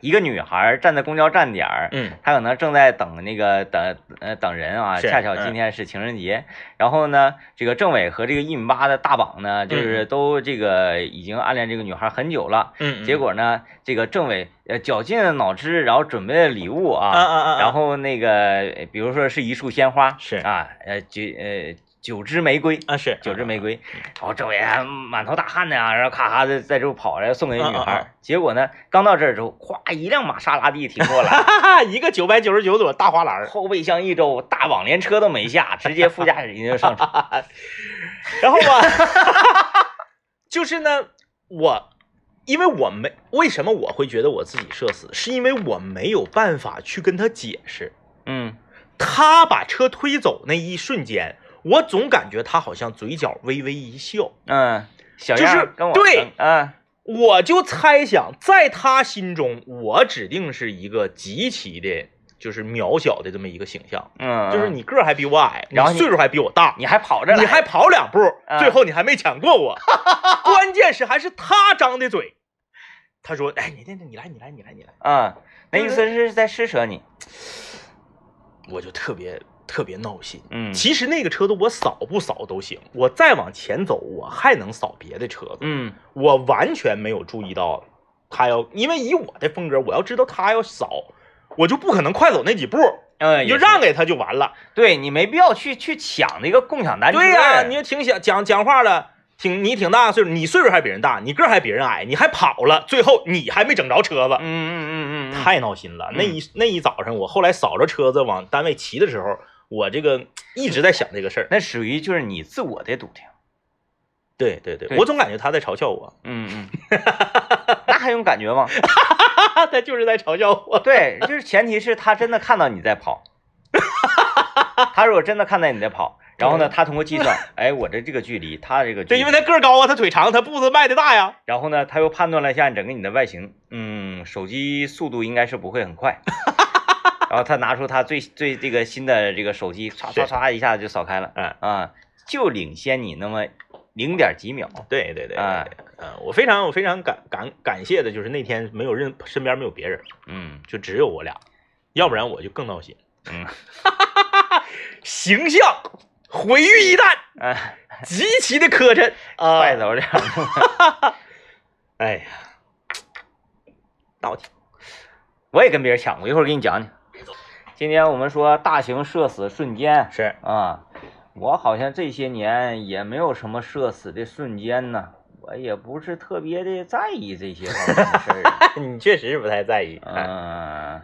Speaker 2: 一个女孩站在公交站点儿，
Speaker 1: 嗯
Speaker 2: 她可能正在等那个等呃等人啊，
Speaker 1: 是
Speaker 2: 恰巧
Speaker 1: 嗯
Speaker 2: 今天是情人节，然后呢，这个政委和这个一米八的大榜呢，
Speaker 1: 嗯
Speaker 2: 就是都这个已经暗恋这个女孩很久了，
Speaker 1: 嗯
Speaker 2: 结果呢，这个政委呃绞尽了脑汁，然后准备了礼物
Speaker 1: 啊啊啊，
Speaker 2: 然后那个，呃比如说是一束鲜花，
Speaker 1: 是
Speaker 2: 啊，呃九呃九支玫瑰，
Speaker 1: 啊是
Speaker 2: 九支玫瑰，然后政委还满头大汗的啊，然后咔咔的在这跑来送给女
Speaker 1: 嗯嗯嗯
Speaker 2: 孩儿，结果呢，刚到这儿之后，咵一辆玛莎拉蒂停过来，
Speaker 1: 哈哈，一个九百九十九朵大花篮儿，
Speaker 2: 后备箱一周，大网连车都没下，直接副驾驶就上
Speaker 1: 啊
Speaker 2: 车，
Speaker 1: 然后吧， [LAUGHS] 就是呢，我因为我没为什么我会觉得我自己社死，是因为我没有办法去跟他解释。
Speaker 2: 嗯
Speaker 1: 他把车推走那一瞬间，我总感觉他好像嘴角微微一笑，
Speaker 2: 嗯，小
Speaker 1: 就是
Speaker 2: 样儿跟我
Speaker 1: 对
Speaker 2: 嗯
Speaker 1: 我就猜想，在他心中，我指定是一个极其的，就是渺小的这么一个形象，
Speaker 2: 嗯，
Speaker 1: 就是你个儿还比我矮，
Speaker 2: 然后你
Speaker 1: 岁数还比我大，
Speaker 2: 你还跑着来，
Speaker 1: 你还跑两步，
Speaker 2: 啊
Speaker 1: 最后你还没抢过
Speaker 2: [LAUGHS]
Speaker 1: 我。关键是还是他张的嘴，他说：“哎，你那那你来，你来，你来，你来。
Speaker 2: 嗯，那
Speaker 1: 就
Speaker 2: 意
Speaker 1: 是
Speaker 2: 思是在施舍你，”
Speaker 1: 我就特别特别闹心。
Speaker 2: 嗯
Speaker 1: 其实那个车子我扫不扫都行，我再往前走，我还能扫别的车子。
Speaker 2: 嗯
Speaker 1: 我完全没有注意到他要，因为以我的风格，我要知道他要扫，我就不可能快走那几步，
Speaker 2: 嗯，
Speaker 1: 你就
Speaker 2: 也是
Speaker 1: 让给他就完了。
Speaker 2: 对你没必要去去抢那个共享单车。
Speaker 1: 对呀、你就挺想讲讲话了，挺你挺大岁数，你岁数还比人大，你个儿还比人矮，你还跑了，最后你还没整着车子
Speaker 2: 嗯，嗯嗯嗯嗯，
Speaker 1: 太闹心了。那一那一早上，我后来扫着车子往单位骑的时候，我这个一直在想这个事儿。
Speaker 2: 那属于就是你自我的笃定。
Speaker 1: 对对对
Speaker 2: 对，
Speaker 1: 我总感觉他在嘲笑我，
Speaker 2: 嗯嗯， [LAUGHS] 那还用感觉吗？
Speaker 1: [LAUGHS] 他就是在嘲笑我。
Speaker 2: 对，就是前提是他真的看到你在跑。他如果真的看到你在跑，然后呢，他通过计算，哎，我的这个距离，他这个距
Speaker 1: [LAUGHS] 对，
Speaker 2: 离
Speaker 1: 因为他个儿高啊，他腿长，他步子迈的大呀。
Speaker 2: 然后呢，他又判断了一下你整个你的外形，嗯，手机速度应该是不会很快。然后他拿出他最最这个新的这个手机，唰唰唰一下子就扫开了，
Speaker 1: 嗯
Speaker 2: 啊，就领先你那么零点几秒。
Speaker 1: 对对对，
Speaker 2: 哎
Speaker 1: 对嗯，我非常我非常感感感谢的就是那天没有任身边没有别人，
Speaker 2: 嗯
Speaker 1: 就只有我俩，要不然我就更闹心。
Speaker 2: 嗯，
Speaker 1: [LAUGHS] 形象毁于一 [LAUGHS] 旦，
Speaker 2: 哎，
Speaker 1: 极其的磕碜啊！
Speaker 2: 快走点儿。
Speaker 1: 哎呀，道歉。
Speaker 2: 我也跟别人抢过，一会儿给你讲讲。今天我们说大型社死瞬间
Speaker 1: 是
Speaker 2: 啊，我好像这些年也没有什么社死的瞬间呢，我也不是特别的在意这些方面的事儿。
Speaker 1: 你确实是不太在意。哎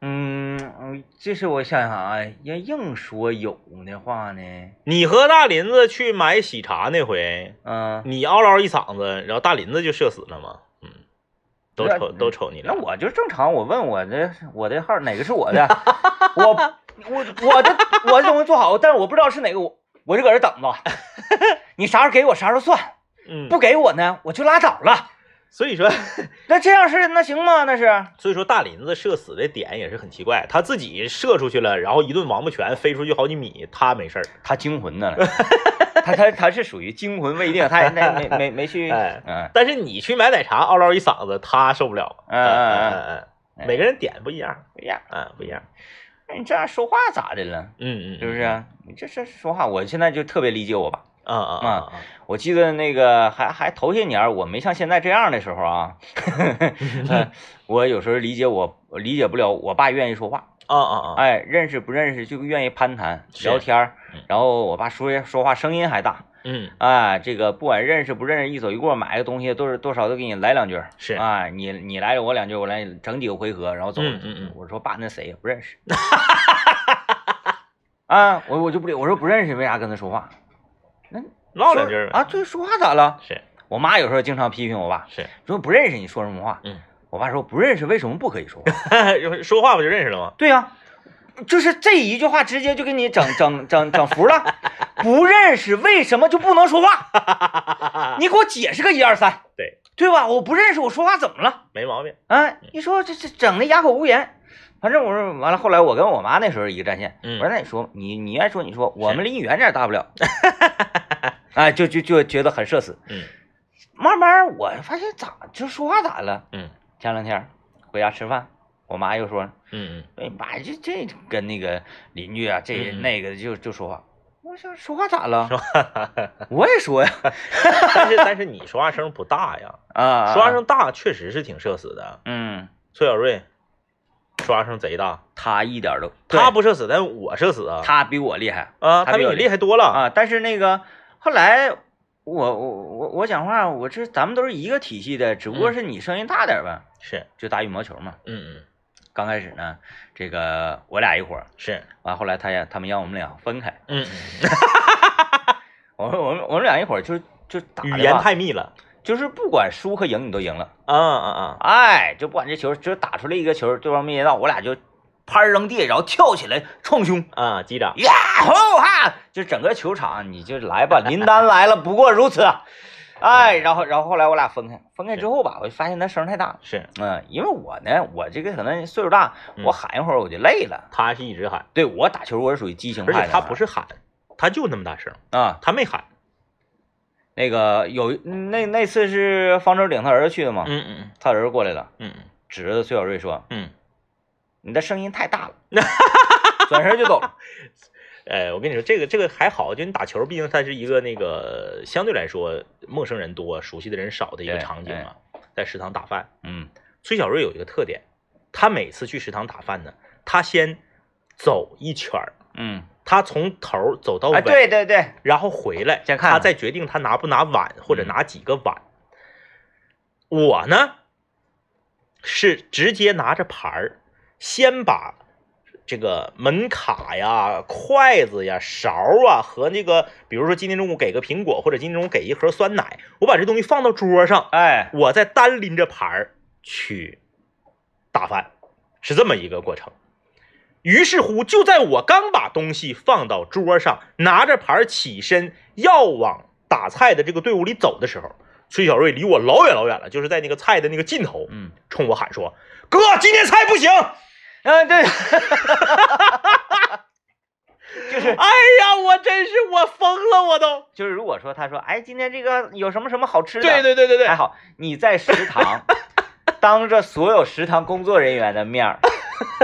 Speaker 2: 嗯嗯，这是我想想啊，要硬说有的话呢，
Speaker 1: 你和大林子去买喜茶那回，
Speaker 2: 嗯，
Speaker 1: 你嗷嗷一嗓子，然后大林子就社死了嘛。嗯，都
Speaker 2: 那
Speaker 1: 瞅都瞅你了
Speaker 2: 那。我就正常，我问我的我的号哪个是我的，我我我这我这东西做好，但是我不知道是哪个，我我就搁这等着， [LAUGHS] 你啥时候给我啥时候算，
Speaker 1: 嗯，
Speaker 2: 不，给我呢我就拉倒了。
Speaker 1: 所以说
Speaker 2: 那这样是那行吗？那是
Speaker 1: 所以说大林子社死的点也是很奇怪，他自己射出去了，然后一顿王八拳飞出去好几米，他没事儿。
Speaker 2: 他惊魂呢，他他他是属于惊魂未定，他也那没没没去，
Speaker 1: 哎
Speaker 2: 嗯
Speaker 1: 但是你去买奶茶，嗷嗷一嗓子，他受不了。
Speaker 2: 嗯嗯嗯，
Speaker 1: 嗯嗯，每个人点不一样，
Speaker 2: 不一样，
Speaker 1: 嗯，不一样。
Speaker 2: 你这样说话咋的了？
Speaker 1: 嗯嗯，
Speaker 2: 是不是？啊？你这是说话，我现在就特别理解我爸。
Speaker 1: 嗯嗯嗯嗯，
Speaker 2: 我记得那个还还头些年儿我没像现在这样的时候啊，
Speaker 1: [LAUGHS]
Speaker 2: 呃我有时候理解我我理解不了我爸愿意说话，
Speaker 1: 啊啊啊！
Speaker 2: 哎，认识不认识就愿意攀谈
Speaker 1: 是
Speaker 2: 聊天儿
Speaker 1: 嗯，
Speaker 2: 然后我爸说说话声音还大，
Speaker 1: 嗯，
Speaker 2: 哎，这个不管认识不认识，一走一过买个东西都是多少都给你来两句儿，
Speaker 1: 是
Speaker 2: 啊，你你来我两句，我来整几个回合，然后走了。
Speaker 1: 嗯嗯嗯
Speaker 2: 我说爸，那谁也不认识。啊，我我就不理，我说不认识，为啥跟他说话？那
Speaker 1: 唠两句儿呗。
Speaker 2: 啊，对，说话咋了？
Speaker 1: 是
Speaker 2: 我妈有时候经常批评我爸，
Speaker 1: 是，
Speaker 2: 说不认识你说什么话？
Speaker 1: 嗯，
Speaker 2: 我爸说不认识为什么不可以说
Speaker 1: [LAUGHS]
Speaker 2: 话？
Speaker 1: 说话不就认识了吗？
Speaker 2: 对呀、就是这一句话直接就给你整整整整服了， [LAUGHS] 不认识为什么就不能
Speaker 1: [LAUGHS]
Speaker 2: 说话？你给我解释个一二三，
Speaker 1: 对
Speaker 2: 对吧？我不认识，我说话怎么了？
Speaker 1: 没毛病。
Speaker 2: 啊，一说这这整的哑口无言。反正我说完了，后来我跟我妈那时候一个战线，
Speaker 1: 嗯
Speaker 2: 我说那你说你你爱说你说，我们离你远点儿大不了， [LAUGHS] 哎，就就就觉得很社死。
Speaker 1: 嗯
Speaker 2: 慢慢我发现咋就说话咋了？
Speaker 1: 嗯
Speaker 2: 前两天回家吃饭，我妈又说
Speaker 1: 嗯
Speaker 2: 哎呀妈，这这跟那个邻居啊，这
Speaker 1: 嗯嗯
Speaker 2: 那个就就说话。我想说话咋了？
Speaker 1: 嗯。
Speaker 2: 我也说呀，
Speaker 1: 但是但是你说话声不大呀，
Speaker 2: [LAUGHS] 啊，
Speaker 1: 说话声大确实是挺社死的。
Speaker 2: 嗯，
Speaker 1: 崔小瑞说话声贼大，
Speaker 2: 他一点儿都，
Speaker 1: 他
Speaker 2: 对
Speaker 1: 不社死，但我社死啊
Speaker 2: 他比我厉害
Speaker 1: 啊，
Speaker 2: 他
Speaker 1: 他比
Speaker 2: 比
Speaker 1: 你
Speaker 2: 我
Speaker 1: 厉害多了。
Speaker 2: 啊。但是那个后来我我我我讲话，我这咱们都是一个体系的，只不过
Speaker 1: 嗯
Speaker 2: 是你声音大点儿呗，
Speaker 1: 是，
Speaker 2: 就打羽毛球嘛。
Speaker 1: 嗯嗯
Speaker 2: 刚开始呢，这个我俩一伙儿，
Speaker 1: 是，
Speaker 2: 完后来他也他们让我们俩分开，
Speaker 1: 嗯
Speaker 2: 我们我们我们俩一伙儿就就打
Speaker 1: 嗯，
Speaker 2: 的
Speaker 1: 语言
Speaker 2: 吧
Speaker 1: 太密了。
Speaker 2: 就是不管输和赢你都赢了。
Speaker 1: 啊啊啊！
Speaker 2: 哎，就不管这球，只要打出来一个球，对方没接到，我俩就拍扔地，然后跳起来撞胸，
Speaker 1: 啊，击掌，
Speaker 2: 呀吼哈！就整个球场，你就来吧，林丹来了，不过如此。
Speaker 1: [LAUGHS]
Speaker 2: 哎，
Speaker 1: 嗯
Speaker 2: 然后然后后来我俩分开，分开之后吧，我就发现他声太大。
Speaker 1: 是
Speaker 2: 嗯，因为我呢，我这个可能岁数大，
Speaker 1: 嗯
Speaker 2: 我喊一会儿我就累了。
Speaker 1: 他是一直喊，
Speaker 2: 对我打球，我是属于激情
Speaker 1: 而
Speaker 2: 派
Speaker 1: 且
Speaker 2: 的。
Speaker 1: 他不是喊，他就那么大声，
Speaker 2: 啊，
Speaker 1: 他没喊。
Speaker 2: 那个有那那次是方舟领他儿子去的嘛，
Speaker 1: 嗯嗯
Speaker 2: 他儿子过来了，
Speaker 1: 嗯嗯
Speaker 2: 指着崔小瑞说
Speaker 1: 嗯。：“
Speaker 2: 你的声音
Speaker 1: [LAUGHS]
Speaker 2: 太大了。”转身就走了。
Speaker 1: 哎，我跟你说，这个这个还好，就你打球，毕竟它是一个那个相对来说陌生人多、熟悉的人少的一个
Speaker 2: 对
Speaker 1: 场景嘛，在食堂打饭。
Speaker 2: 嗯。
Speaker 1: 崔小瑞有一个特点，他每次去食堂打饭呢，他先走一圈儿，
Speaker 2: 嗯，
Speaker 1: 他从头儿走到尾，
Speaker 2: 哎，对对对，
Speaker 1: 然后回来，
Speaker 2: 先看
Speaker 1: 他
Speaker 2: 看
Speaker 1: 再决定他拿不拿碗或者
Speaker 2: 嗯
Speaker 1: 拿几个碗。我呢是直接拿着盘儿，先把这个门卡呀、筷子呀、勺啊和那个，比如说今天中午给个苹果，或者今天中午给一盒酸奶，我把这东西放到桌上，
Speaker 2: 哎，
Speaker 1: 我再单拎着盘儿去打饭，是这么一个过程。于是乎，就在我刚把东西放到桌上，拿着盘儿起身要往打菜的这个队伍里走的时候，崔小瑞离我老远老远了，就是在那个菜的那个尽头，
Speaker 2: 嗯，
Speaker 1: 冲我喊说：“哥，今天菜不行！ [LAUGHS] 哎
Speaker 2: 啊对，就是
Speaker 1: 哎呀，我真是我疯了，我都。
Speaker 2: 就是，如果说他说，哎，今天这个有什么什么好”吃的，
Speaker 1: 对对对对对
Speaker 2: 还，好你在食
Speaker 1: [LAUGHS]
Speaker 2: 堂当着所有食堂工作人员的面儿，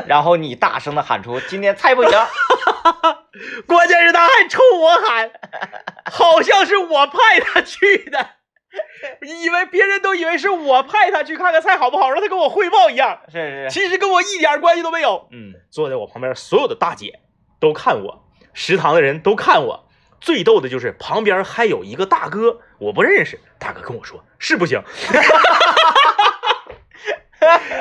Speaker 2: 然后你大声的喊出今天菜不行，
Speaker 1: 关键是他还冲我喊，好像是我派他去的。
Speaker 3: 以为别人都以为是我派他去看看菜好不好，让他跟我汇报一样，
Speaker 2: 是是，
Speaker 3: 其实跟我一点关系都没有。
Speaker 2: 嗯，
Speaker 1: 坐在我旁边所有的大姐都看我，食堂的人都看我。最逗的就是旁边还有一个大哥，我不认识。大哥跟我说是不行， [LAUGHS]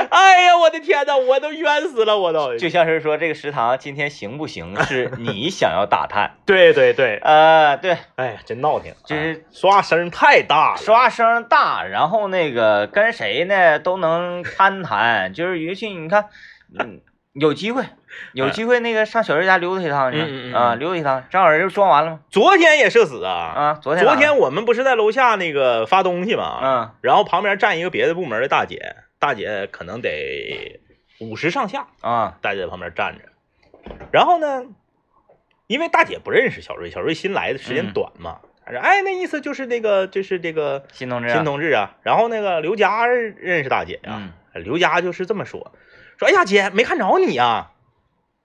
Speaker 3: 哎呀，我的天哪，我都冤死了，我都。
Speaker 2: 就像是说这个食堂今天行不行，是你想要打
Speaker 1: [LAUGHS]
Speaker 2: 探。
Speaker 1: 对对对，
Speaker 2: 呃，对，
Speaker 1: 哎呀，真闹挺，
Speaker 2: 就
Speaker 1: 哎
Speaker 2: 是
Speaker 1: 刷声太大了。
Speaker 2: 刷声大，然后那个跟谁呢都能攀谈，就是尤其你看，嗯，有机会，有机会那个上小瑞家溜达一趟去
Speaker 1: 哎嗯嗯嗯
Speaker 2: 啊，溜达一趟，正好人装完了吗？
Speaker 1: 昨天也社死啊，
Speaker 2: 啊，昨天
Speaker 1: 昨
Speaker 2: 昨
Speaker 1: 天我们不是在楼下那个发东西嘛，
Speaker 2: 嗯，
Speaker 1: 然后旁边站一个别的部门的大姐，大姐可能得五十上下，
Speaker 2: 啊
Speaker 1: 大姐在旁边站着。然后呢，因为大姐不认识小瑞，小瑞新来的时间
Speaker 2: 嗯
Speaker 1: 短嘛，她说哎，那意思就是那个就是这个
Speaker 2: 新同志啊，
Speaker 1: 新同志啊。然后那个刘佳认识大姐啊呀、
Speaker 2: 嗯
Speaker 1: 刘佳就是这么说，说哎呀姐没看着你啊，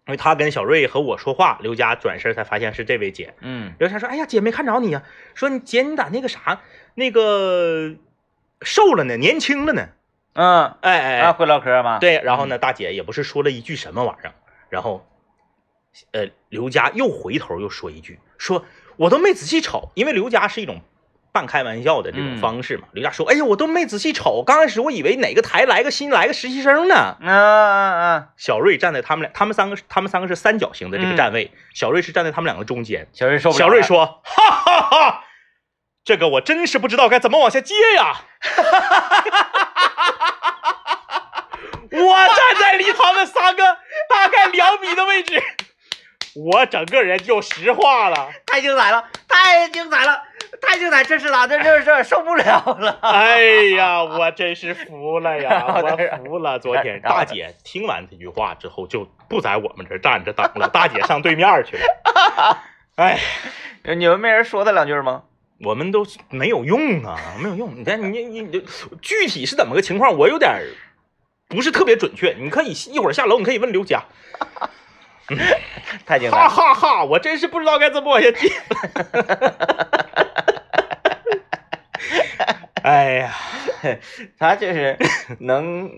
Speaker 1: 因为她跟小瑞和我说话，刘佳转身才发现是这位姐。
Speaker 2: 嗯
Speaker 1: 刘佳说：“哎呀，姐没看着你呀、说你姐你咋那个啥，那个瘦了呢，年轻了呢。
Speaker 2: 嗯
Speaker 1: 哎哎嗯
Speaker 2: 啊，
Speaker 1: 哎，
Speaker 2: 会唠嗑吗？，
Speaker 1: 对。然后呢，大姐也不是说了一句什么玩意儿，然后，呃，刘佳又回头又说一句，说我都没仔细瞅，因为刘佳是一种半开玩笑的这种
Speaker 2: 嗯
Speaker 1: 方式嘛。刘佳说：哎呀，我都没仔细瞅，刚开始我以为哪个台来个新来个实习生呢。
Speaker 2: 嗯嗯嗯，
Speaker 1: 小瑞站在他们俩，他们三个，他们三个是三角形的这个
Speaker 2: 嗯
Speaker 1: 站位，小瑞是站在他们两个中间。
Speaker 2: 小瑞受不了，
Speaker 1: 小瑞，说：“哈哈哈这个我真是不知道该怎么往下接呀！我站在离他们三个大概两米的位置，我整个人就石化了。
Speaker 2: 太精彩了，太精彩了，太精彩，这是哪？这这这受不了 [LAUGHS] 了，
Speaker 1: 哎呀，我真是服了
Speaker 2: [LAUGHS]
Speaker 1: 呀，我服了！昨天大姐听完这句话之后，就不在我们这儿站着等
Speaker 2: [LAUGHS]
Speaker 1: 了，大姐上对面去了。哎，
Speaker 2: 你们没人说他两句吗？
Speaker 1: 我们都没有用啊，没有用。你看，你你你，具体是怎么个情况，我有点儿不是特别准确。你可以一会儿下楼，你可以问刘佳。
Speaker 2: 太精彩
Speaker 1: 哈
Speaker 2: 了，
Speaker 1: 哈哈，我真是不知道该怎么往下
Speaker 2: [LAUGHS]
Speaker 1: 接了。哎呀，
Speaker 2: 他就是能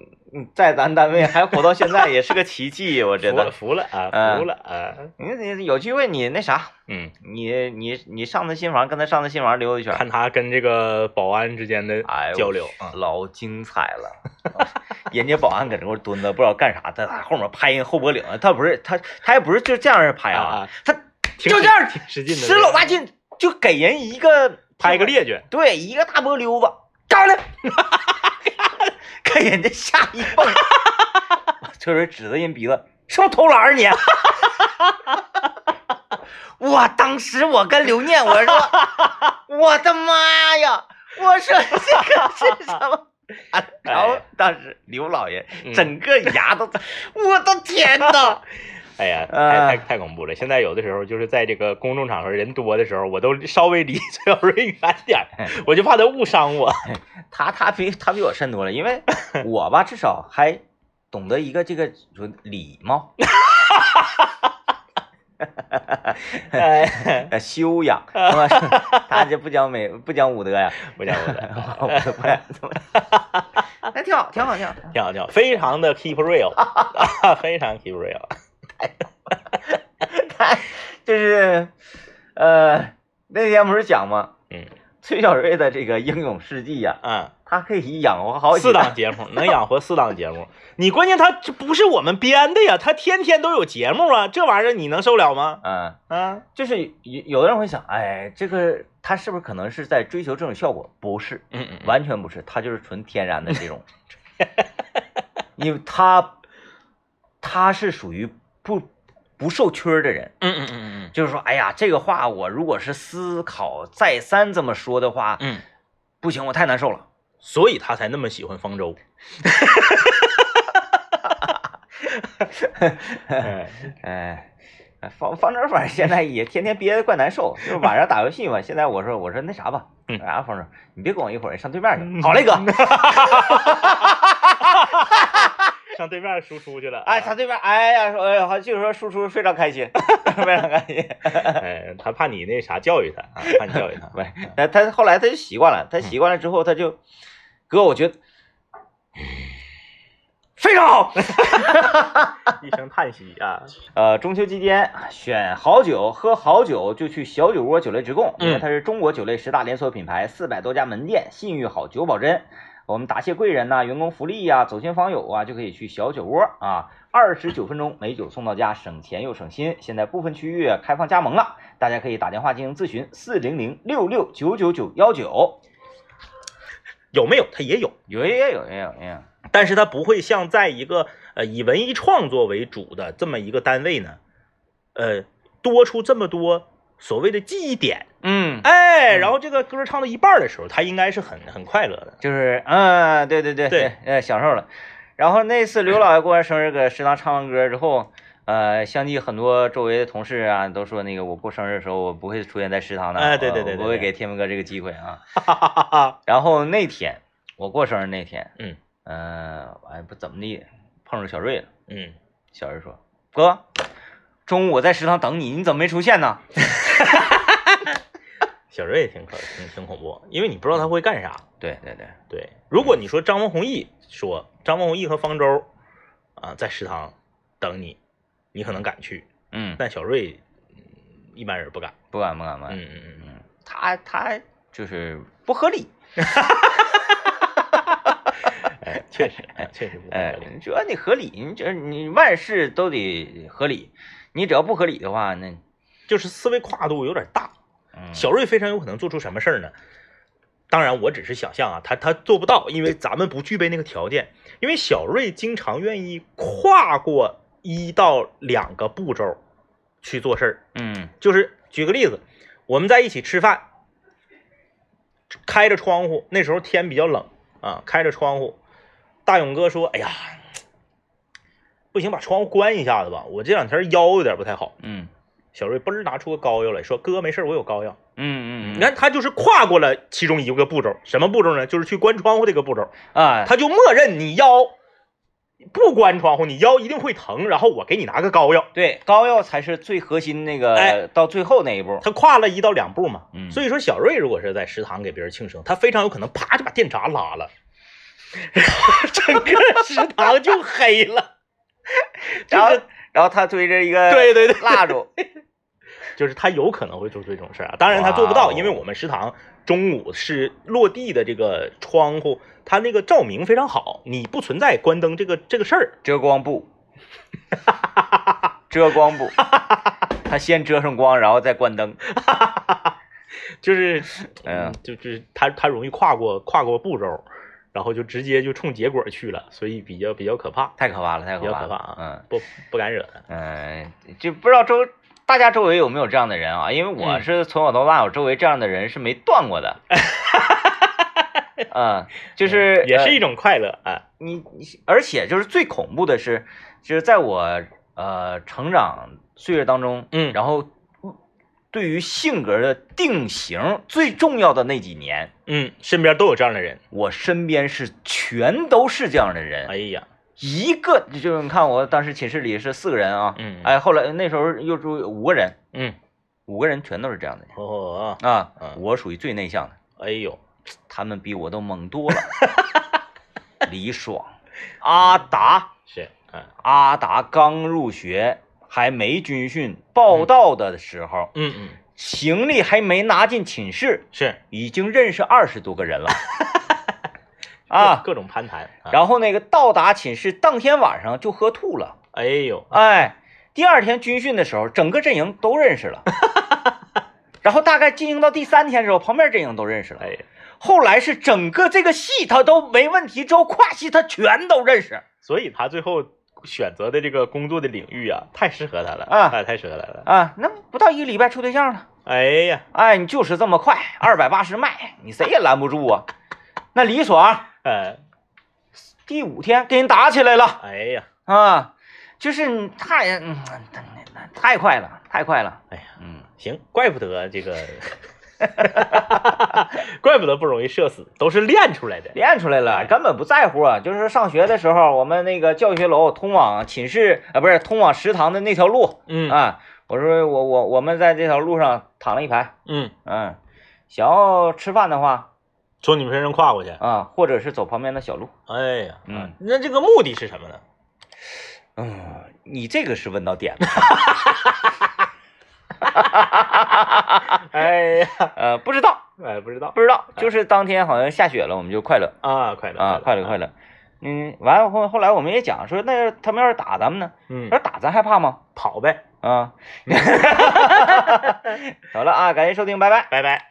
Speaker 2: 在咱单位还活到现在，也是个奇迹，我觉
Speaker 1: 服了，
Speaker 2: 得。
Speaker 1: 服了啊，
Speaker 2: 嗯
Speaker 1: 服了啊，
Speaker 2: 你你有机会你那啥，
Speaker 1: 嗯，
Speaker 2: 你你你上他新房，跟他上他新房溜达一圈，
Speaker 1: 看他跟这个保安之间的
Speaker 2: 哎呦
Speaker 1: 交流啊，
Speaker 2: 老精彩了。人家保安搁那块儿蹲着，不知道干啥，他在后面拍人后脖领，他不是他他也不是就这样式拍
Speaker 1: 啊
Speaker 2: 啊
Speaker 1: 啊，
Speaker 2: 他
Speaker 1: 挺
Speaker 2: 就这样
Speaker 1: 挺使劲的，
Speaker 2: 使老大劲就给人一个
Speaker 1: 拍个，趔趄，
Speaker 2: 对，一个大波溜子，干 [LAUGHS] 了，给人家吓一蹦， [LAUGHS] 就是指着人鼻子，是不是偷懒儿你？我当时我跟刘念我说，我的妈呀！我说这个是什么？啊然后当时刘老爷
Speaker 1: 嗯
Speaker 2: 整个牙都，我的天呐！
Speaker 1: 哎呀，
Speaker 2: 啊
Speaker 1: 太太太恐怖了！现在有的时候就是在这个公众场合人多的时候，我都稍微离 [LAUGHS] 崔小瑞远点儿，
Speaker 2: 哎
Speaker 1: 我就怕他误伤我。
Speaker 2: 他他比他比我深多了，因为我吧至少还懂得一个这个说礼貌、
Speaker 1: 哎，
Speaker 2: 呃修养，是吧 [LAUGHS] 他这不讲美不讲武德呀，
Speaker 1: 不讲我的，
Speaker 2: 我都不太懂 [LAUGHS] 那挺好，挺好，挺好。
Speaker 1: 挺好挺好，非常的 keep real，啊 [LAUGHS] 非常 keep real。
Speaker 2: [LAUGHS] 他就是呃那天不是讲吗？
Speaker 1: 嗯
Speaker 2: 崔小瑞的这个英勇事迹呀、
Speaker 1: 嗯，
Speaker 2: 他可以养活好几
Speaker 1: 四
Speaker 2: 代
Speaker 1: 档节目能养活四档节目，你关键他这不是我们编的呀，他天天都有节目啊，这玩意儿你能受了吗？
Speaker 2: 嗯。
Speaker 1: 啊，
Speaker 2: 就是有有的人会想，哎，这个他是不是可能是在追求这种效果？不是，
Speaker 1: 嗯嗯
Speaker 2: 完全不是，他就是纯天然的这种，因为他他是属于不不受圈儿的人，
Speaker 1: 嗯嗯嗯
Speaker 2: 就是说，哎呀，这个话我如果是思考再三这么说的话，
Speaker 1: 嗯嗯，
Speaker 2: 不行，我太难受了。
Speaker 1: 所以他才那么喜欢方 [LAUGHS] 舟。哎
Speaker 2: 哎，方方舟反正现在也天天憋得怪难受，就是晚上打游戏嘛。现在我说我说那啥吧，
Speaker 1: 嗯
Speaker 2: 然后方舟，你别跟我一会儿上对面去。
Speaker 1: 嗯
Speaker 2: 好嘞，哥，
Speaker 1: 上对面输出去了。
Speaker 2: 哎，他这边哎呀，说哎呀，据说输出非常开心， [LAUGHS] 非常开心。
Speaker 1: 哎，他怕你那啥教育他啊，怕你教育他。
Speaker 2: 不是，他他后来他就习惯了，他习惯了之后他就，哥，我觉得 [SIGHS] 非常好。
Speaker 1: [LAUGHS] 一声叹息啊，
Speaker 2: 呃，中秋期间选好酒，喝好酒就去小酒窝酒类直供，因为它是中国酒类十大连锁品牌，四百多家门店，信誉好，酒保真。我们答谢贵人呐、员工福利呀、走亲访友啊，就可以去小酒窝啊，二十九分钟美酒送到家，省钱又省心。现在部分区域开放加盟了，大家可以打电话进行咨询，四零零六六九九九幺九。
Speaker 1: 有没有？他也有，
Speaker 2: 有也有也有也有，
Speaker 1: 但是他不会像在一个呃以文艺创作为主的这么一个单位呢，呃，多出这么多所谓的记忆点。
Speaker 2: 嗯，
Speaker 1: 哎，
Speaker 2: 嗯
Speaker 1: 然后这个歌唱到一半儿的时候，他应该是很很快乐的。
Speaker 2: 就是嗯，对对对
Speaker 1: 对，
Speaker 2: 呃，享受了。然后那次刘老爷过完生日，搁食堂唱完歌之后，呃，相继很多周围的同事啊都说，那个我过生日的时候我不会出现在食堂的，
Speaker 1: 哎对
Speaker 2: 我
Speaker 1: 对对对
Speaker 2: 我不会
Speaker 1: 对
Speaker 2: 给天明哥这个机会啊。
Speaker 1: 哈哈哈哈！
Speaker 2: 然后那天我过生日那天，
Speaker 1: 嗯
Speaker 2: 呃，我还不怎么地碰着小瑞了，
Speaker 1: 嗯，
Speaker 2: 小瑞说，哥，中午我在食堂等你，你怎么没出现呢？
Speaker 1: 小瑞也挺可挺挺恐怖，因为你不知道他会干啥。
Speaker 2: 对对对，
Speaker 1: 对，如果你说张文宏毅说张文宏毅和方舟啊在食堂等你，你可能敢去，
Speaker 2: 嗯，
Speaker 1: 但小瑞嗯一般人不敢。
Speaker 2: 不敢不敢不敢，
Speaker 1: 嗯嗯嗯嗯，
Speaker 2: 嗯，他他就是不合理。
Speaker 1: 哎，确实，哎，确实不合
Speaker 2: 哎
Speaker 1: 理。，
Speaker 2: 只要你合理，你这你万事都得合理，你只要不合理的话，那、
Speaker 1: 就是思维跨度有点大。
Speaker 2: 嗯、
Speaker 1: 小瑞非常有可能做出什么事儿呢？当然，我只是想象啊，他他做不到，因为咱们不具备那个条件。因为小瑞经常愿意跨过一到两个步骤去做事儿。
Speaker 2: 嗯
Speaker 1: 就是举个例子，我们在一起吃饭，开着窗户，那时候天比较冷啊，开着窗户，大勇哥说：“哎呀，不行，把窗户关一下子吧，我这两天腰有点不太好。
Speaker 2: 嗯”
Speaker 1: 小瑞嘣儿拿出个膏药来说：“哥，没事儿，我有膏药。”
Speaker 2: 嗯嗯，
Speaker 1: 你看他就是跨过了其中一个步骤，什么步骤呢？就是去关窗户这个步骤，
Speaker 2: 啊，
Speaker 1: 他就默认你腰不关窗户，你腰一定会疼，然后我给你拿个膏药。
Speaker 2: 对膏药才是最核心那个，
Speaker 1: 哎
Speaker 2: 到最后那一步，
Speaker 1: 他跨了一到两步嘛，
Speaker 2: 嗯
Speaker 1: 所以说小瑞如果是在食堂给别人庆生，他非常有可能啪就把电闸拉了， [LAUGHS] 整个食堂就黑了，就
Speaker 2: 然后
Speaker 1: 是
Speaker 2: 然后他追着一个
Speaker 1: 对对对，
Speaker 2: 蜡烛，
Speaker 1: [LAUGHS] 就是他有可能会做出这种事儿啊，当然他做不到，
Speaker 2: 哇哦
Speaker 1: 因为我们食堂中午是落地的这个窗户，它那个照明非常好，你不存在关灯这个这个事儿，
Speaker 2: 遮光布，遮光
Speaker 1: [LAUGHS]
Speaker 2: 布，他先遮上光，然后再关灯， [LAUGHS]
Speaker 1: 就是哎
Speaker 2: 嗯，
Speaker 1: 就就是他他容易跨过跨过步骤，然后就直接就冲结果去了，所以比较比较可怕，
Speaker 2: 太可怕了，太
Speaker 1: 比较
Speaker 2: 怕
Speaker 1: 可怕
Speaker 2: 了，
Speaker 1: 啊
Speaker 2: 嗯。，
Speaker 1: 不不敢惹他。
Speaker 2: 嗯，就不知道周大家周围有没有这样的人啊？因为我
Speaker 1: 嗯
Speaker 2: 是从小到大，我周围这样的人是没断
Speaker 1: [LAUGHS]
Speaker 2: 过的。嗯，就是
Speaker 1: 哎也是
Speaker 2: 呃
Speaker 1: 一种快乐啊。
Speaker 2: 你你，而且就是最恐怖的是，就是在我呃成长岁月当中，
Speaker 1: 嗯
Speaker 2: 然后对于性格的定型最重要的那几年，
Speaker 1: 嗯，身边都有这样的人。
Speaker 2: 我身边是全都是这样的人。
Speaker 1: 哎呀，
Speaker 2: 一个就是你看我当时寝室里是四个人啊，
Speaker 1: 嗯
Speaker 2: 哎，后来那时候又住五个人，
Speaker 1: 嗯，
Speaker 2: 五个人全都是这样的人
Speaker 1: 哦哦，
Speaker 2: 啊，
Speaker 1: 嗯
Speaker 2: 我属于最内向的，
Speaker 1: 哎呦，
Speaker 2: 他们比我都猛 [LAUGHS] 多了。李爽、阿达、
Speaker 1: 是，嗯
Speaker 2: 阿达刚入学还没军训，报到的时候、
Speaker 1: 嗯嗯，
Speaker 2: 行李还没拿进寝室，
Speaker 1: 是
Speaker 2: 已经认识二十多个 [LAUGHS] 人了啊。
Speaker 1: 各各种攀谈。啊
Speaker 2: 然后那个到达寝室当天晚上就喝吐了，
Speaker 1: 哎呦，
Speaker 2: 哎，第二天军训的时候，整个阵营都认识 [LAUGHS] 了。然后大概进行到第三天的时候，旁边阵营都认识了。
Speaker 1: 哎呀，
Speaker 2: 后来是整个这个系他都没问题，之后跨系他全都认识
Speaker 1: 所以他最后选择的这个工作的领域啊，太适合他了
Speaker 2: 啊
Speaker 1: 哎太适合他了。
Speaker 2: 啊！那不到一个礼拜处对象了，
Speaker 1: 哎呀，
Speaker 2: 哎，你就是这么快，二百八十迈，你谁也拦不住啊！那李爽
Speaker 1: 哎，
Speaker 2: 第五天跟人打起来了
Speaker 1: 哎呀，
Speaker 2: 啊，就是你太嗯太快了，太快了，
Speaker 1: 哎呀，
Speaker 2: 嗯，
Speaker 1: 行，怪不得这个怪不得不容易社死，都是练出来的。
Speaker 2: 练出来了，根本不在乎。啊。就是上学的时候，我们那个教学楼通往寝室啊，不是通往食堂的那条路
Speaker 1: 嗯
Speaker 2: 啊。我说我我我们在这条路上躺了一排，
Speaker 1: 嗯，
Speaker 2: 嗯，想要吃饭的话
Speaker 1: 从你们身上跨过去。
Speaker 2: 啊，或者是走旁边的小路。
Speaker 1: 哎呀，
Speaker 2: 嗯
Speaker 1: 那这个目的是什么呢？
Speaker 2: 嗯，你这个是问到点了。
Speaker 1: 哎呀，
Speaker 2: 呃，不知道，
Speaker 1: 哎，不知道
Speaker 2: 不知道，就是当天好像下雪了，我们就快乐
Speaker 1: 啊，快乐
Speaker 2: 啊，快乐快乐。嗯，完了后后来我们也讲说，那他们要是打咱们呢？
Speaker 1: 嗯
Speaker 2: 要，是打咱还怕吗？
Speaker 1: 跑呗，
Speaker 2: [LAUGHS] 啊，好了啊，感谢收听，拜拜。
Speaker 1: 拜拜。